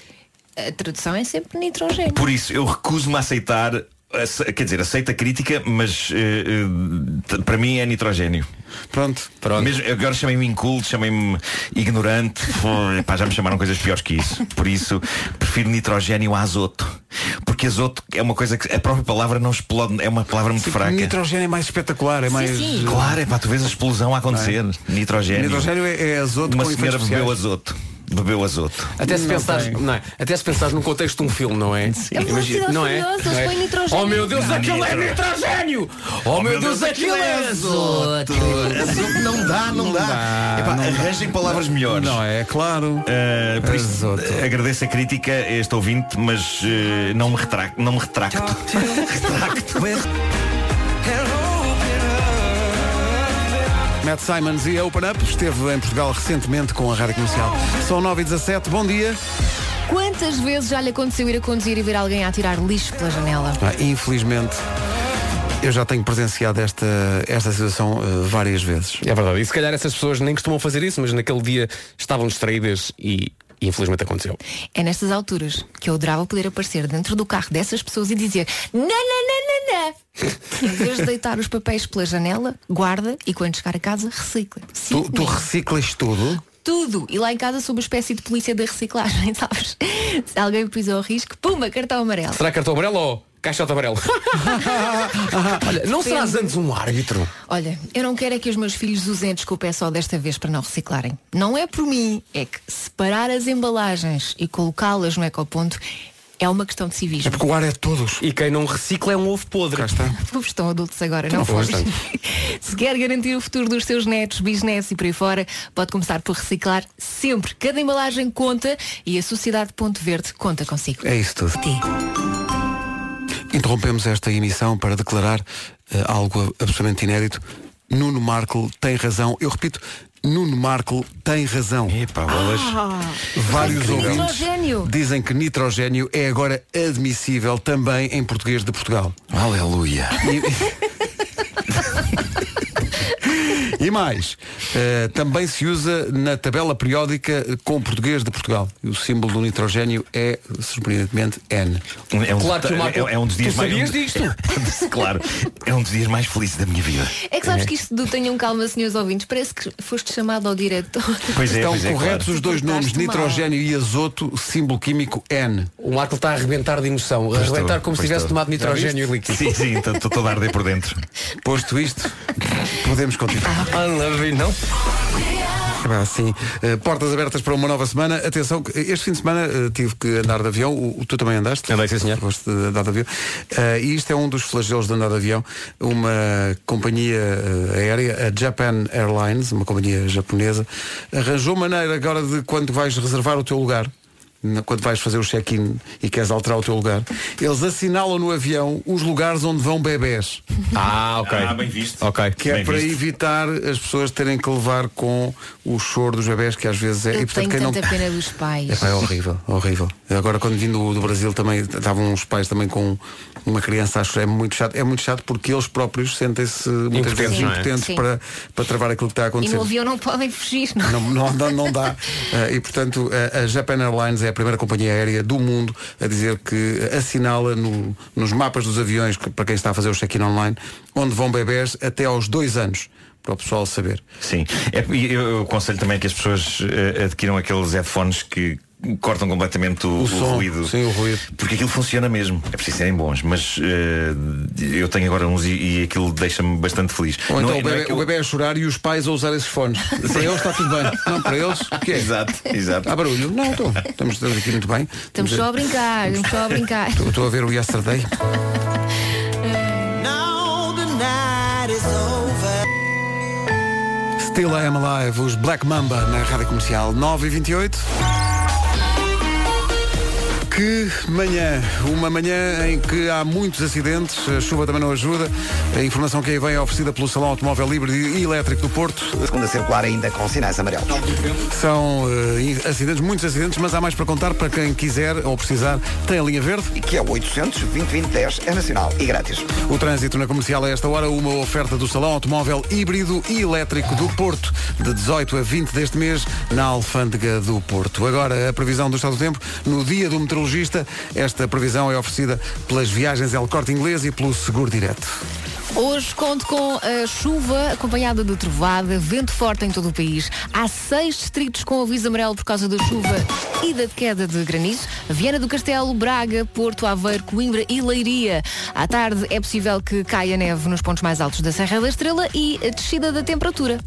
Speaker 4: a tradução é sempre nitrogênio.
Speaker 14: Por isso, eu recuso-me a aceitar, ace- quer dizer, aceito a crítica, mas eh, eh, t- para mim é nitrogênio.
Speaker 2: Pronto.
Speaker 14: Pronto. Mesmo, agora chamem-me inculto, chamem-me ignorante. Pô, epá, já me chamaram coisas piores que isso. Por isso, prefiro nitrogênio a azoto. Porque azoto é uma coisa que a própria palavra não explode, é uma palavra muito fraca.
Speaker 2: Nitrogênio é mais espetacular, é mais.
Speaker 14: Claro, é pá, tu vês a explosão a acontecer.
Speaker 2: Não
Speaker 14: Nitrogênio.
Speaker 2: Nitrogênio é, é azoto
Speaker 14: Uma
Speaker 2: com efeitos
Speaker 14: senhora bebeu
Speaker 2: especiais.
Speaker 14: azoto. Bebeu azoto.
Speaker 1: Até se,
Speaker 14: Não
Speaker 1: pensares,
Speaker 14: tem.
Speaker 1: não é? Até se pensares num contexto de um filme, não é? Sim.
Speaker 14: Velocidade
Speaker 1: não é?
Speaker 14: Furiosa,
Speaker 1: Não é?
Speaker 14: eles põem nitrogênio.
Speaker 1: Oh meu Deus,
Speaker 14: Não,
Speaker 1: aquilo é
Speaker 14: nitro-
Speaker 1: nitrogênio! Oh meu Deus, aquilo é azoto!
Speaker 14: Azoto não dá, não, dá. Epá, arranjem palavras melhores. Não,
Speaker 2: é claro.
Speaker 14: por isso, eh, agradeço a crítica a este ouvinte, mas eh, não, me retracto, não me retracto.
Speaker 2: Matt Simons e a Open Up esteve em Portugal recentemente com a rádio comercial. São 9 e 17 bom dia.
Speaker 4: Quantas vezes já lhe aconteceu ir a conduzir e ver alguém a tirar lixo pela janela?
Speaker 2: Ah, infelizmente, eu já tenho presenciado esta, esta situação eh, várias vezes.
Speaker 1: É verdade. E se calhar essas pessoas nem costumam fazer isso, mas naquele dia estavam distraídas e, e infelizmente aconteceu.
Speaker 4: É nestas alturas que eu adorava poder aparecer dentro do carro dessas pessoas e dizer não, não, não, não, não. Em vez de deitar os papéis pela janela, guarda e quando chegar a casa, recicla. Sim,
Speaker 2: Tu, tu reciclas tudo?
Speaker 4: tudo. E lá em casa sou uma espécie de polícia da reciclagem, [LAUGHS] sabes? Se alguém me pisou o risco, puma, cartão amarelo.
Speaker 1: Será cartão amarelo ou caixote amarelo? Olha, não serás antes um árbitro?
Speaker 4: Olha, eu não quero é que os meus filhos usem a desculpa é só desta vez para não reciclarem. Não é por mim, é que separar as embalagens e colocá-las no ecoponto é uma questão de civismo.
Speaker 2: porque o ar é de todos.
Speaker 1: [LAUGHS] E quem não recicla é um ovo podre. Cá está.
Speaker 4: Povos [LAUGHS] estão adultos agora,
Speaker 1: Estão
Speaker 4: não
Speaker 1: a falar
Speaker 4: foste? [LAUGHS] Se quer garantir o futuro dos seus netos, bisnetos e por aí fora, pode começar por reciclar sempre. Cada embalagem conta e a Sociedade Ponto Verde conta consigo.
Speaker 2: É isso tudo.
Speaker 4: Ti.
Speaker 2: Interrompemos esta emissão para declarar eh, algo absolutamente inédito. Nuno Marco tem razão. Eu repito, Nuno Marco tem razão. Epá, Vários
Speaker 4: Que
Speaker 2: ouvintes
Speaker 4: nitrogénio.
Speaker 2: dizem que nitrogênio é agora admissível também em português de Portugal.
Speaker 23: Aleluia.
Speaker 2: E mais, eh, também se usa na tabela periódica com português de Portugal. E O símbolo do nitrogênio é, surpreendentemente, N.
Speaker 14: É um, é, é um dos dias mais. um- [LAUGHS] claro, é um dos dias mais felizes da minha vida.
Speaker 4: É que sabes que isto do Tenham Calma, senhores ouvintes, parece que foste chamado ao diretor.
Speaker 14: Pois é,
Speaker 2: Estão
Speaker 14: pois é,
Speaker 2: corretos
Speaker 14: claro.
Speaker 2: os dois nomes,
Speaker 4: Portaste mal.
Speaker 2: nitrogênio e azoto, símbolo químico N.
Speaker 1: O Marco está a arrebentar de emoção, a arrebentar como se tivesse tomado nitrogênio líquido.
Speaker 14: Sim, sim, estou toda a arder por dentro.
Speaker 2: Posto isto, podemos continuar.
Speaker 1: não?
Speaker 2: Assim, portas abertas para uma nova semana. Atenção, que este fim de semana eh, tive que andar de avião. O, o- tu também andaste? Andei, sim, senhor. Gosto de andar de avião. Eh, e isto é um dos flagelos de andar de avião. Uma companhia eh, aérea, a Japan Airlines, uma companhia japonesa, arranjou maneira agora de quando vais reservar o teu lugar. na- Quando vais fazer o check-in e queres alterar o teu lugar, eles assinalam no avião os lugares onde vão bebés.
Speaker 1: Ah, ok.
Speaker 14: Ah, bem visto.
Speaker 1: Ok.
Speaker 2: Que é para evitar as pessoas terem que levar com o choro dos bebés, que às vezes é.
Speaker 4: Eu
Speaker 2: e portanto,
Speaker 4: tenho
Speaker 2: quem não.
Speaker 4: tanta pena dos pais.
Speaker 2: Epá, é horrível, horrível. Agora quando vim do, do Brasil também estavam os pais também com uma criança, acho que é muito chato. É muito chato porque eles próprios sentem-se muitas
Speaker 4: Impotentes,
Speaker 2: vezes
Speaker 4: não é?
Speaker 2: impotentes
Speaker 4: Sim.
Speaker 2: para, para travar aquilo que está a
Speaker 4: E
Speaker 2: acontecer.
Speaker 4: no avião não podem fugir, não. é?
Speaker 2: Não, não, dá- não dá. Eh, e portanto, a- a Japan Airlines é a primeira companhia aérea do mundo a dizer que assinala no- nos mapas dos aviões, que- para quem está a fazer o check-in online, onde vão bebés até aos dois anos, para o pessoal saber.
Speaker 14: Sim, É, e eu, eu aconselho também que as pessoas eh, adquiram aqueles headphones que cortam completamente o, o
Speaker 2: som,
Speaker 14: ruído.
Speaker 2: sim, o ruído.
Speaker 14: Porque aquilo funciona mesmo. É preciso serem bons, mas eh, eu tenho agora uns e, e aquilo deixa-me bastante feliz.
Speaker 2: Ou
Speaker 14: Não
Speaker 2: então
Speaker 14: é-
Speaker 2: o,
Speaker 14: não é
Speaker 2: bebê,
Speaker 14: que eu-
Speaker 2: o bebê a chorar e os pais a usar esses fones. Para eles está tudo bem. Não, para eles, o que é?
Speaker 14: Exato, exato.
Speaker 2: Há barulho? Não, estou. Estamos, estamos aqui muito bem.
Speaker 4: Estamos só a brincar, estamos só a brincar.
Speaker 2: Estou- Estou a ver o Yesterday. Still I Am Alive, os Black Mamba na Rádio Comercial 9 e 28. Que manhã, uma manhã em que há muitos acidentes, a chuva também não ajuda. A informação que aí vem é oferecida pelo Salão Automóvel Livre e Elétrico do Porto.
Speaker 3: Segunda circular ainda com sinais amarelos.
Speaker 2: São eh, acidentes, muitos acidentes, mas há mais para contar para quem quiser ou precisar. Tem a linha verde.
Speaker 3: E que é o 800 é nacional e grátis.
Speaker 2: O trânsito na comercial a esta hora, uma oferta do Salão Automóvel Híbrido e Elétrico do Porto, de 18 a 20 deste mês, na Alfândega do Porto. Agora, a previsão do estado do tempo, no dia do meteorologista, esta previsão é oferecida pelas viagens El Corte Inglês e pelo Seguro Direto.
Speaker 4: Hoje conto com a chuva acompanhada de trovada, vento forte em todo o país. Há seis distritos com aviso amarelo por causa da chuva e da queda de granizo. Viana do Castelo, Braga, Porto, Aveiro, Coimbra e Leiria. À tarde é possível que caia neve nos pontos mais altos da Serra da Estrela e a descida da temperatura.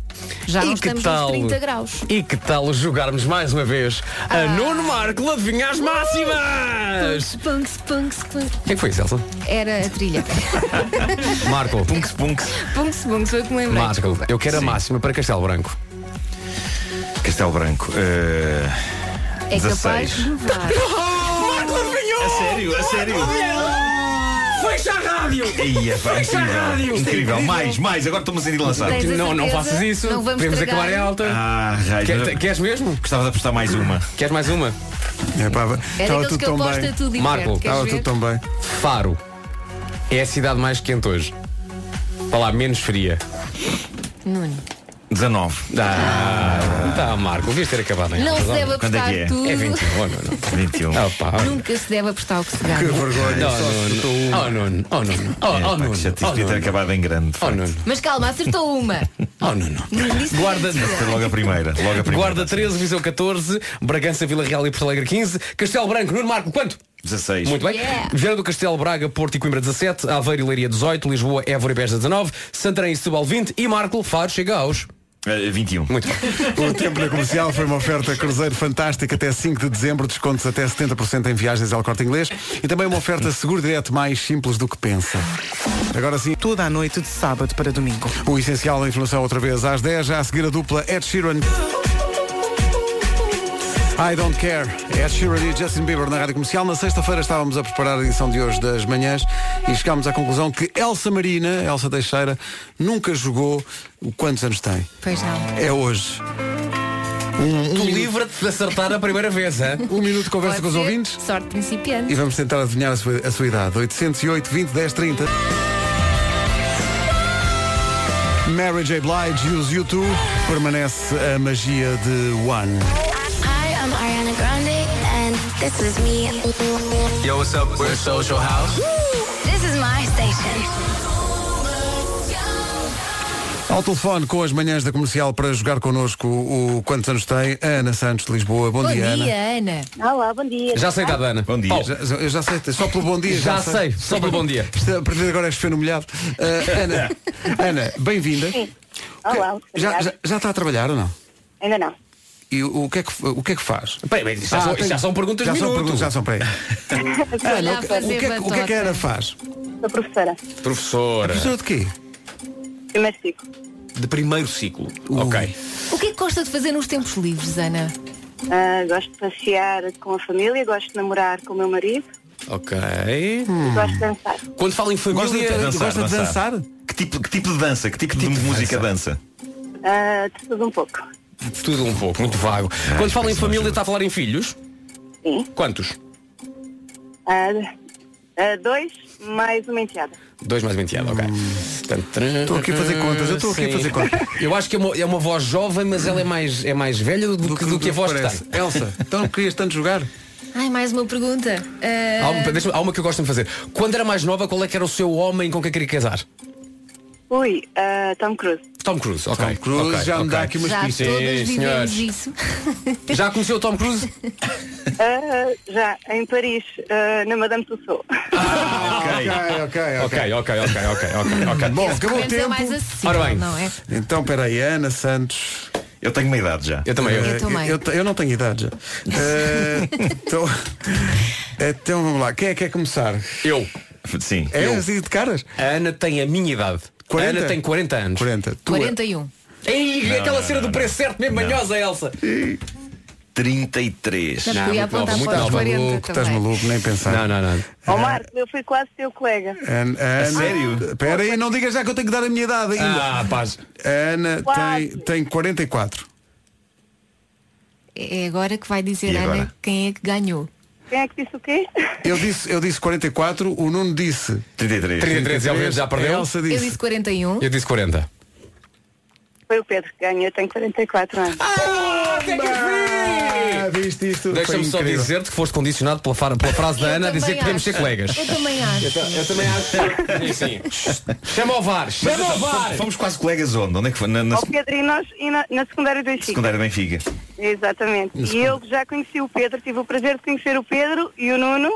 Speaker 4: Já não
Speaker 1: E que
Speaker 4: estamos
Speaker 1: tal?
Speaker 4: nos 30 graus.
Speaker 1: E que tal jogarmos mais uma vez
Speaker 22: Ah.
Speaker 1: a Nuno Marco adivinha
Speaker 22: Uh!
Speaker 1: as máximas?
Speaker 4: Punks, punks, punks, punks.
Speaker 22: é
Speaker 1: Quem foi, Celso?
Speaker 4: Era a trilha.
Speaker 1: Marco. Punks, punks.
Speaker 4: [LAUGHS] punks, punks, foi o que me lembrei.
Speaker 1: Marco,
Speaker 4: desculpa.
Speaker 1: eu quero a máxima para Castelo Branco.
Speaker 14: Castelo Branco.
Speaker 4: É capaz de nevar.
Speaker 22: Marco Avinhão!
Speaker 14: A sério, a sério.
Speaker 22: Fecha a rádio!
Speaker 14: Aí é pá,
Speaker 22: Fecha a rádio!
Speaker 14: incrível. Incrível.
Speaker 22: Isto é
Speaker 14: Mais, mais. Agora estou-me a sentir lançado.
Speaker 22: Tens a Não, não certeza? faças isso. Não vamos Podemos estragar. acabar em alta.
Speaker 14: Ah, raios.
Speaker 1: Quer- queres mesmo?
Speaker 14: Gostava de apostar mais uma.
Speaker 1: Queres mais uma?
Speaker 2: É, pá,
Speaker 4: É daqueles que ele posta tudo e
Speaker 1: Marco,
Speaker 4: perde, queres
Speaker 1: estava
Speaker 4: ver?
Speaker 1: tudo tão bem. Faro é a cidade mais quente hoje. Vá lá, menos fria.
Speaker 4: Nuno.
Speaker 14: 19.
Speaker 1: Ah, tá, Marco, devias ter acabado em
Speaker 4: Não
Speaker 1: alta.
Speaker 4: se deve
Speaker 1: Quando
Speaker 4: apostar
Speaker 1: é?
Speaker 4: tudo.
Speaker 1: É 21, oh,
Speaker 14: [LAUGHS]
Speaker 1: não,
Speaker 14: 21.
Speaker 1: Ah, pá.
Speaker 4: Nunca se deve apostar o que se ganha.
Speaker 1: Não, não, não. Oh, Nuno, oh, Nuno. Oh,
Speaker 14: É,
Speaker 1: oh,
Speaker 14: pá, que
Speaker 1: Nuno.
Speaker 14: chatice,
Speaker 1: Oh,
Speaker 14: devia ter
Speaker 1: Nuno.
Speaker 14: acabado em grande.
Speaker 1: Oh, Nuno.
Speaker 4: Mas calma, acertou uma.
Speaker 1: Oh,
Speaker 14: É
Speaker 1: Nuno.
Speaker 4: Nuno disse
Speaker 1: Guarda,
Speaker 14: Logo a primeira. Logo a primeira.
Speaker 1: Guarda 13, Viseu 14, Bragança, Vila Real e Porto Alegre 15, Castelo Branco, Nuno Marco, quanto?
Speaker 14: 16.
Speaker 1: Muito bem.
Speaker 14: Yeah.
Speaker 1: Viana do Castelo, Braga, Porto e Coimbra 17, Aveiro e Leiria 18, Lisboa, Évora e Beja 19, Santarém e Setúbal 20 e Marco Faro chega aos...
Speaker 14: 21.
Speaker 1: Muito bem.
Speaker 2: O tempo na comercial foi uma oferta cruzeiro fantástica até 5 de dezembro, descontos até 70% em viagens ao corte inglês e também uma oferta seguro direto mais simples do que pensa. Agora sim.
Speaker 7: Toda a noite de sábado para domingo.
Speaker 2: O essencial da informação outra vez às 10, já a seguir a dupla Ed Sheeran. I don't care. Ed Sheeran e Justin Bieber na Rádio Comercial. Na sexta-feira estávamos a preparar a edição de hoje das manhãs e chegámos à conclusão que Elsa Marina, Elsa Teixeira, nunca jogou o quantos anos tem.
Speaker 4: Pois não.
Speaker 2: É hoje. Um,
Speaker 1: Tu livra-te de acertar a primeira vez, hein?
Speaker 2: Um minuto de conversa
Speaker 4: Pode
Speaker 2: com os
Speaker 4: ser
Speaker 2: ouvintes
Speaker 4: Sorte principiante.
Speaker 2: e vamos tentar adivinhar a sua, a sua idade. 808 20 10 30. Mary J. Blige e os YouTube permanece a magia de One.
Speaker 24: I am Ariana Grande and this is me.
Speaker 23: Yo, what's up? We're Social House.
Speaker 24: This is my station.
Speaker 2: Ao telefone com as manhãs da comercial para jogar connosco o Quantos Anos Tem, a Ana Santos de Lisboa. Bom,
Speaker 4: Bom
Speaker 2: dia, Ana.
Speaker 4: dia, Ana.
Speaker 16: Olá, bom dia.
Speaker 1: Já sei da Ana. Bom dia.
Speaker 2: Já- já- eu já sei, só pelo bom dia.
Speaker 1: Já sei, só pelo bom dia.
Speaker 2: Isto, a partir de agora és fenomenado. Ana, Ana bem-vinda.
Speaker 16: Sim. Olá, muito
Speaker 2: Já,
Speaker 16: obrigada.
Speaker 2: já, já está a trabalhar ou não?
Speaker 16: Ainda não.
Speaker 2: E o, o que, é que, o que é que faz?
Speaker 1: Peraí, peraí,
Speaker 14: Ah,
Speaker 1: já são- já são perguntas
Speaker 2: já
Speaker 1: de
Speaker 2: São
Speaker 1: minuto.
Speaker 2: perguntas, já são, peraí.
Speaker 16: Olá,
Speaker 2: Ana, o que, o, que é, que- o que é que a Ana faz?
Speaker 16: Sou professora.
Speaker 1: Professora.
Speaker 2: Professora de quê?
Speaker 16: Primeiro ciclo.
Speaker 1: De primeiro ciclo. Ok.
Speaker 4: O que é que gosta de fazer nos tempos livres, Ana?
Speaker 16: Ah, gosto de passear com a família, gosto de namorar com o meu marido,
Speaker 1: Ok.
Speaker 16: gosto de dançar.
Speaker 1: Quando falo em família,
Speaker 14: Que tipo, que tipo de dança? Que tipo, de, música dança?
Speaker 16: Ah, de tudo um pouco.
Speaker 1: De Tudo um pouco, muito vago. Quando falo em família, está a falar em filhos?
Speaker 16: Sim.
Speaker 1: Quantos?
Speaker 16: Ah, ah, dois, mais uma enteada.
Speaker 1: Dois mais 20 anos, ok. Estou
Speaker 2: Hum. aqui a fazer contas, eu estou aqui a fazer contas.
Speaker 1: Eu acho que é uma, é uma voz jovem, mas ela é mais, é mais velha do, que, do que a voz
Speaker 2: parece.
Speaker 1: que tem.
Speaker 2: Elsa, então querias tanto jogar?
Speaker 4: Ai, mais uma pergunta. Ah,
Speaker 1: Há uma, deixa- há uma que eu gosto de fazer. Quando era mais nova, qual é que era o seu homem com quem queria casar?
Speaker 16: Ui, ah, Tom Cruise.
Speaker 1: Tom Cruise, ok.
Speaker 2: Tom Cruise,
Speaker 1: ok,
Speaker 2: já me dá
Speaker 1: ok.
Speaker 2: aqui umas
Speaker 4: já todas
Speaker 1: Sim,
Speaker 4: vivemos
Speaker 1: senhores.
Speaker 4: isso.
Speaker 1: Já conheceu o Tom Cruise?
Speaker 16: Ah, já, em Paris, ah, na Madame Tussauds.
Speaker 2: Ok, ok,
Speaker 1: ok. Ok, ok, ok, ok, ok.
Speaker 2: Bom, acabou o
Speaker 16: Esse momento é
Speaker 2: tempo.
Speaker 16: mais acessível, Ora bem. não é?
Speaker 2: Então, peraí, Ana Santos.
Speaker 14: Eu tenho uma idade já.
Speaker 1: Eu também.
Speaker 2: Eh,
Speaker 1: Eu também.
Speaker 2: Eu, te- eu não tenho idade já. Eh, então, então vamos lá. Quem é que quer começar?
Speaker 1: Eu.
Speaker 14: Sim.
Speaker 2: É assim de caras?
Speaker 1: A Ana tem a minha idade.
Speaker 2: 40?
Speaker 1: A Ana tem 40 anos.
Speaker 2: 40.
Speaker 4: 41.
Speaker 1: Ei,
Speaker 14: Não,
Speaker 1: aquela
Speaker 14: não,
Speaker 1: cena
Speaker 14: não,
Speaker 1: do preço certo mesmo,
Speaker 14: Não.
Speaker 1: manhosa, Elsa.
Speaker 14: 33.
Speaker 4: Já fui apontar para os 40 também.
Speaker 2: maluco, nem pensar.
Speaker 1: Não, não, não.
Speaker 16: Ó Marco, eu fui quase seu colega.
Speaker 2: Ana, Ana,
Speaker 14: sério?
Speaker 2: Espera aí, não digas já que eu tenho que dar a minha idade ainda.
Speaker 1: Ah, paz.
Speaker 2: Ana
Speaker 16: Quase.
Speaker 2: tem, tem 44.
Speaker 4: É agora que vai dizer,
Speaker 2: E agora?
Speaker 4: Ana, quem é que ganhou.
Speaker 16: Quem é que disse o quê?
Speaker 2: Eu disse, eu disse 44, o Nuno disse
Speaker 14: 33.
Speaker 1: 33, obviamente já perdeu.
Speaker 2: A Elsa
Speaker 4: Eu
Speaker 2: disse.
Speaker 4: disse 41.
Speaker 1: Eu disse 40.
Speaker 16: Foi o Pedro que ganhou, eu tenho 44 anos.
Speaker 1: Ah,
Speaker 2: Viste isto?
Speaker 14: Deixa-me só dizer-te que foste condicionado pela, far- pela frase da Ana a dizer que podemos ser colegas.
Speaker 4: Eu também acho.
Speaker 14: Eu também acho. Sim, Chama o VAR, chama o VAR.
Speaker 3: Fomos quase colegas onde? Onde é que foi? Na, na
Speaker 16: Ao Pedro e nós, e na, na secundária do Chico.
Speaker 3: secundária de Benfica.
Speaker 16: Exatamente.
Speaker 3: Na
Speaker 16: E eu já conheci o Pedro, tive o prazer de conhecer o Pedro e o Nuno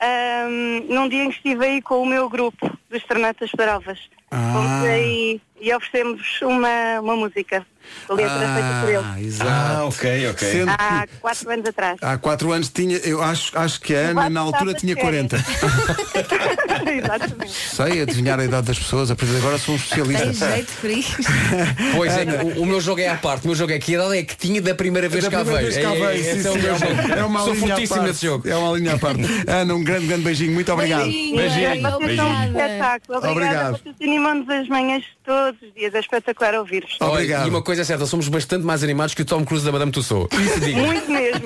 Speaker 16: ahm, num dia em que estive aí com o meu grupo dos Tornatas Parovas. Fomos aí e oferecemos uma, uma música. A letra feita por ele.
Speaker 2: exato.
Speaker 3: Ah, ok, ok.
Speaker 2: Sendo
Speaker 16: Há
Speaker 2: Ah. que Ah.
Speaker 16: quatro anos atrás.
Speaker 2: há quatro anos tinha, eu acho, acho que a Ana
Speaker 16: Vai
Speaker 2: na altura
Speaker 16: passar
Speaker 2: tinha
Speaker 16: de
Speaker 2: 40.
Speaker 16: [LAUGHS] Exatamente.
Speaker 2: Sei, adivinhar a idade das pessoas, a partir de agora sou um
Speaker 4: Tem
Speaker 2: especialista.
Speaker 4: jeito para isto.
Speaker 14: Pois é, o, o meu jogo é à parte. O meu jogo é que a idade é que tinha da primeira vez
Speaker 2: Da
Speaker 14: que cá
Speaker 2: primeira
Speaker 14: veio.
Speaker 2: vez que cá
Speaker 14: É,
Speaker 2: veio,
Speaker 14: é,
Speaker 2: sim,
Speaker 14: esse é o
Speaker 2: sim,
Speaker 14: meu
Speaker 2: é
Speaker 14: jogo.
Speaker 2: uma- é uma
Speaker 14: Sou
Speaker 2: linha à
Speaker 14: fortíssimo
Speaker 2: parte.
Speaker 14: nesse jogo.
Speaker 2: É uma linha à
Speaker 14: [LAUGHS]
Speaker 2: parte. Ana, um grande, grande beijinho. Muito obrigado.
Speaker 4: Beijinho,
Speaker 16: Vocês são um espetáculo. Obrigada.
Speaker 2: Obrigado.
Speaker 16: Vocês animam-nos as manhãs todos os dias. É espetacular ouvir-vos.
Speaker 14: Olha, e uma coisa é certa, somos bastante mais animados que o Tom Cruise da Madame Tussauds. Isso digo.
Speaker 16: Muito mesmo.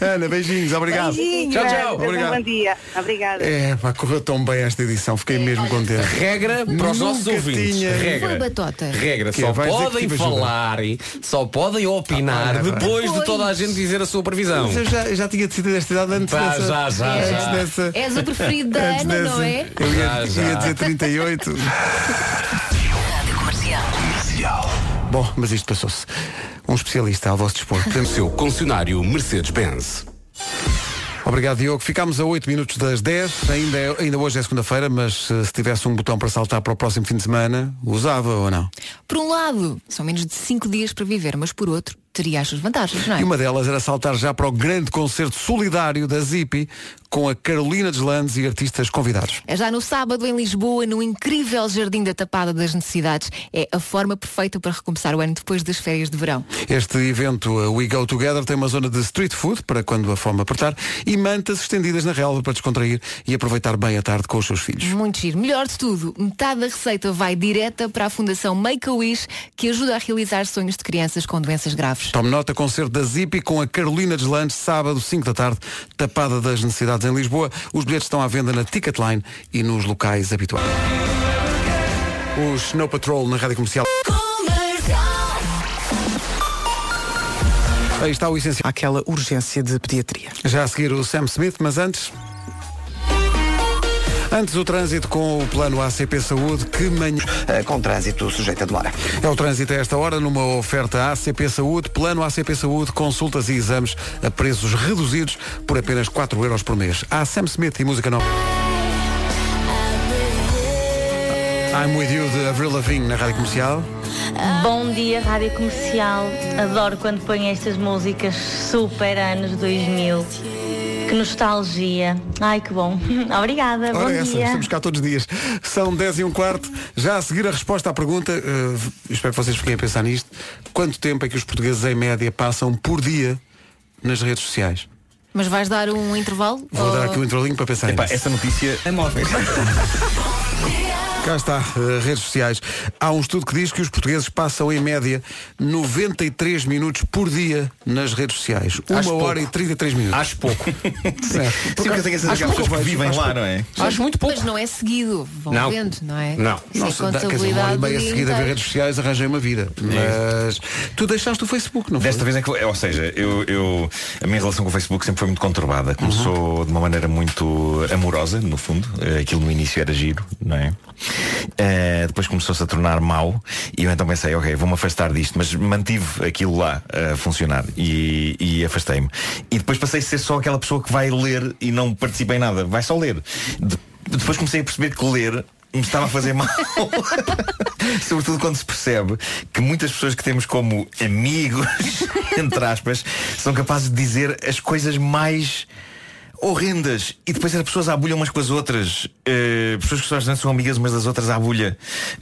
Speaker 2: Ana, beijinhos. Obrigado.
Speaker 16: Beijinho,
Speaker 14: Tchau, tchau.
Speaker 16: Ana. Bom
Speaker 2: Obrigado.
Speaker 16: dia. Obrigada.
Speaker 2: É, pá, correu tão bem esta edição.
Speaker 4: É,
Speaker 2: Fiquei mesmo contente.
Speaker 14: Regra para os nossos
Speaker 2: Nunca
Speaker 14: ouvintes.
Speaker 2: tinha-
Speaker 4: Foi
Speaker 14: Regra.
Speaker 4: batota.
Speaker 14: Regra,
Speaker 2: Que
Speaker 14: só
Speaker 2: é, vais dizer que
Speaker 14: podem
Speaker 2: tive ajuda.
Speaker 14: falar, e só podem opinar
Speaker 2: Ah, vai, vai.
Speaker 14: depois de toda a gente dizer a sua previsão.
Speaker 2: Mas eu já, eu já tinha decidido esta idade antes
Speaker 14: Pá,
Speaker 2: dessa.
Speaker 14: já, já,
Speaker 2: antes
Speaker 14: já.
Speaker 2: dessa.
Speaker 4: És o preferido da
Speaker 2: antes
Speaker 4: Ana,
Speaker 2: dessa.
Speaker 4: É não é?
Speaker 2: Eu ia,
Speaker 14: Já, já.
Speaker 2: ia dizer
Speaker 4: [LAUGHS]
Speaker 2: 38. Bom, mas isto passou-se. Um especialista ao vosso dispor. Podemos-
Speaker 25: Seu concessionário Mercedes-Benz.
Speaker 2: Obrigado, Diogo. Ficámos a 8 minutos das 10. Ainda, é- ainda hoje é segunda-feira, mas eh, se tivesse um botão para saltar para o próximo fim de semana, usava ou não?
Speaker 4: Por um lado, são menos de 5 dias para viver, mas por outro, teria as suas vantagens, não é?
Speaker 2: E uma delas era saltar já para o grande concerto solidário da Zipi com a Carolina Deslandes e artistas convidados.
Speaker 4: É Já no sábado, em Lisboa, no incrível Jardim da Tapada das Necessidades, é a forma perfeita para recomeçar o ano depois das férias de verão.
Speaker 2: Este evento eh, We Go Together tem uma zona de street food para quando a fome apertar e mantas estendidas na relva para descontrair e aproveitar bem a tarde com os seus filhos.
Speaker 4: Muito giro. Melhor de tudo, metade da receita vai direta para a Fundação Make-A-Wish, que ajuda a realizar sonhos de crianças com doenças graves.
Speaker 2: Tome nota, concerto da Zipi com a Carolina Deslandes, sábado 5 da tarde, tapada das necessidades em Lisboa. Os bilhetes estão à venda na Ticketline e nos locais habituais. O Snow Patrol na Rádio Comercial. Aí está o essencial.
Speaker 7: Há aquela urgência de pediatria.
Speaker 2: Já a seguir o Sam Smith, mas antes. Antes o trânsito com o plano ACP Saúde, que manhã.
Speaker 26: eh, com trânsito sujeito a demora.
Speaker 2: É o trânsito a esta hora numa oferta ACP Saúde, plano ACP Saúde, consultas e exames a preços reduzidos por apenas 4 euros por mês. Há Sam Smith e música nova. I'm with you de Avril Lavigne na rádio comercial.
Speaker 18: Bom dia, Rádio Comercial. Adoro quando põem estas músicas super anos 2000. Que nostalgia. Ai, que bom. [LAUGHS] Obrigada. bom
Speaker 2: Ora, essa, é
Speaker 18: dia.
Speaker 2: estamos cá todos os dias. São 10 e um quarto. Já a seguir a resposta à pergunta, eh, espero que vocês fiquem a pensar nisto. Quanto tempo é que os portugueses, em média, passam por dia nas redes sociais?
Speaker 4: Mas vais dar um intervalo?
Speaker 2: Vou dar
Speaker 18: Oh.
Speaker 4: Ou-
Speaker 2: aqui um introlinho para pensar
Speaker 3: Epá,
Speaker 2: nisso.
Speaker 3: essa notícia é móveis.
Speaker 2: Cá está, eh, redes sociais. Há um estudo que diz que os portugueses passam, em média, 93 minutos por dia nas redes sociais. Uma
Speaker 14: Acho
Speaker 2: hora
Speaker 14: pouco.
Speaker 2: e 33 minutos.
Speaker 14: Acho
Speaker 2: [LAUGHS]
Speaker 14: pouco.
Speaker 2: Sim,
Speaker 3: Sim, porque eu tenho a certeza que há pessoas que vivem lá, não é?
Speaker 14: Acho muito pouco.
Speaker 4: Mas não é seguido, vão
Speaker 2: Não.
Speaker 4: vendo, não é?
Speaker 2: Não,
Speaker 4: Isso é
Speaker 2: dá- quer dizer, uma hora e
Speaker 4: contabilidade
Speaker 2: meia
Speaker 4: do
Speaker 2: seguida
Speaker 4: dia
Speaker 2: a ver
Speaker 4: inteiro.
Speaker 2: redes sociais arranjei uma vida. Mas tu deixaste o Facebook, não foi?
Speaker 3: Desta vez é que foi- ou seja, eu, eu- a minha relação com o Facebook sempre foi muito conturbada.
Speaker 2: Uhum.
Speaker 3: Começou de uma maneira muito amorosa, no fundo. Eh, Aquilo no início era giro, não é? Eh, depois começou-se a tornar mau e eu então pensei, ok, vou-me afastar disto, mas mantive aquilo lá eh, a funcionar e, e afastei-me. E depois passei a ser só aquela pessoa que vai ler e não participa em nada, vai só ler. De- depois comecei a perceber que ler me estava a fazer mal. [LAUGHS] Sobretudo quando se percebe que muitas pessoas que temos como amigos,
Speaker 14: [LAUGHS]
Speaker 3: entre aspas, são capazes de dizer as coisas mais horrendas e depois as pessoas abulham umas com as outras Eh, pessoas que só não são amigas umas das outras à bulha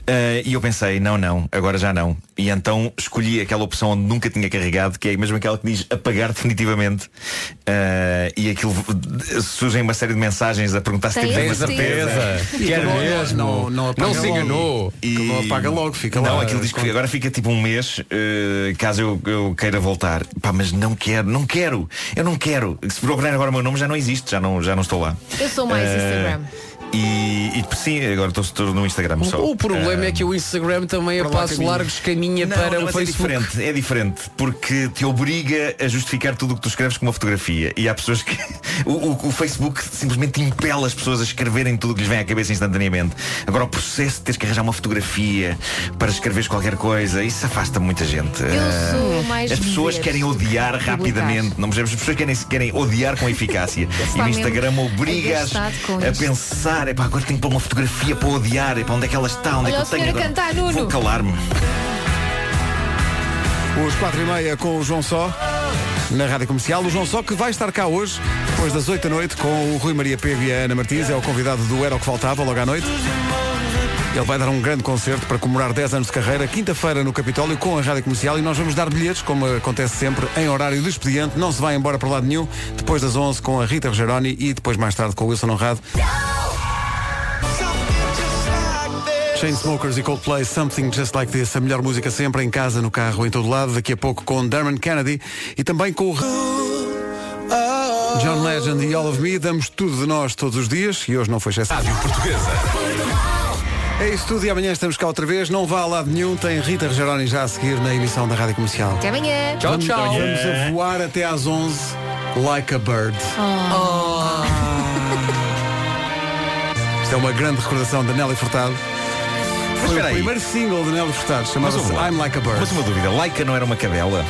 Speaker 3: Eh, e eu pensei não não agora já não e então escolhi aquela opção onde nunca tinha carregado que é mesmo aquela que diz apagar definitivamente Eh, e aquilo surgem uma série de mensagens a perguntar se
Speaker 14: tipo, Tem
Speaker 3: temos alguma
Speaker 14: certeza.
Speaker 2: E
Speaker 14: Quer
Speaker 2: que não-
Speaker 14: mesmo?
Speaker 2: não- não apaga
Speaker 14: se
Speaker 2: logo.
Speaker 14: enganou.
Speaker 3: e...
Speaker 2: Não apaga logo, fica
Speaker 3: não,
Speaker 2: lá.
Speaker 3: aquilo diz que agora fica tipo um mês, eh, caso eu, eu queira voltar. Pá, mas não quero, não quero, eu não quero. Se procurar agora o meu nome já não existe, já não, já não estou lá.
Speaker 4: Eu sou mais
Speaker 3: Eh,
Speaker 4: Instagram.
Speaker 3: E, e sim, agora estou- estou no Instagram só.
Speaker 27: O problema é que o Instagram também a
Speaker 3: para lá
Speaker 27: passos
Speaker 3: caminha.
Speaker 27: largos caminha
Speaker 3: Não,
Speaker 27: para
Speaker 3: não,
Speaker 27: o
Speaker 3: mas
Speaker 27: Facebook.
Speaker 3: É diferente, é diferente, porque te obriga a justificar tudo o que tu escreves com uma fotografia. E há pessoas que. [LAUGHS] O, o- o Facebook simplesmente impela as pessoas a escreverem tudo o que lhes vem à cabeça instantaneamente. Agora, o processo de teres que arranjar uma fotografia para escreveres qualquer coisa, isso afasta muita gente.
Speaker 2: eh,
Speaker 3: Ah,
Speaker 4: sou mais
Speaker 3: as pessoas
Speaker 4: ver
Speaker 3: querem odiar
Speaker 4: publicar.
Speaker 3: rapidamente, não percebes? As pessoas querem, querem odiar com
Speaker 4: [LAUGHS]
Speaker 3: eficácia. e o
Speaker 4: Pessoalmente,
Speaker 3: Instagram obriga-as
Speaker 4: agastado é com
Speaker 3: a
Speaker 4: isto.
Speaker 3: pensar, epá, agora tenho que pôr uma fotografia para odiar, epá, onde é que ela está? Onde
Speaker 4: Olha
Speaker 3: é
Speaker 4: o
Speaker 3: que eu tenho?
Speaker 4: senhor a
Speaker 3: agora?
Speaker 4: cantar,
Speaker 3: Vou
Speaker 4: Nuno.
Speaker 3: calar-me.
Speaker 2: Os 4 e meia com o João Só na Rádio Comercial. O João Só que vai estar cá hoje, depois das 8 da noite, com o Rui Maria Pego e a Ana Martins. É o convidado do Era o que Faltava, logo à noite. Ele vai dar um grande concerto para comemorar 10 anos de carreira, quinta-feira no Capitólio, com a Rádio Comercial. E nós vamos dar bilhetes, como acontece sempre, em horário de expediente. Não se vai embora para lado nenhum. Depois das 11 com a Rita Rogeroni e depois mais tarde com o Wilson Honrado. Chainsmokers e Coldplay, Something Just Like This, a melhor música sempre, em casa, no carro, em todo lado, daqui a pouco com Darren Kennedy e também com o John Legend e All of Me, damos tudo de nós todos os dias e hoje não foi exceção.
Speaker 28: Portuguesa.
Speaker 2: É isso tudo e amanhã estamos cá outra vez, não vá a lado nenhum, tem Rita Rogeroni já a seguir na emissão da Rádio Comercial.
Speaker 4: Até amanhã.
Speaker 2: Vamos- Vamos a voar até às 11, like a bird. [LAUGHS] Isto é uma grande recordação da Nelly Furtado. Foi o
Speaker 3: espera aí.
Speaker 2: primeiro single de Nelly Furtado, chamava-se
Speaker 3: Mas ouve lá.
Speaker 2: I'm Like a Bird.
Speaker 3: Mas uma dúvida, Laika não era uma cadela?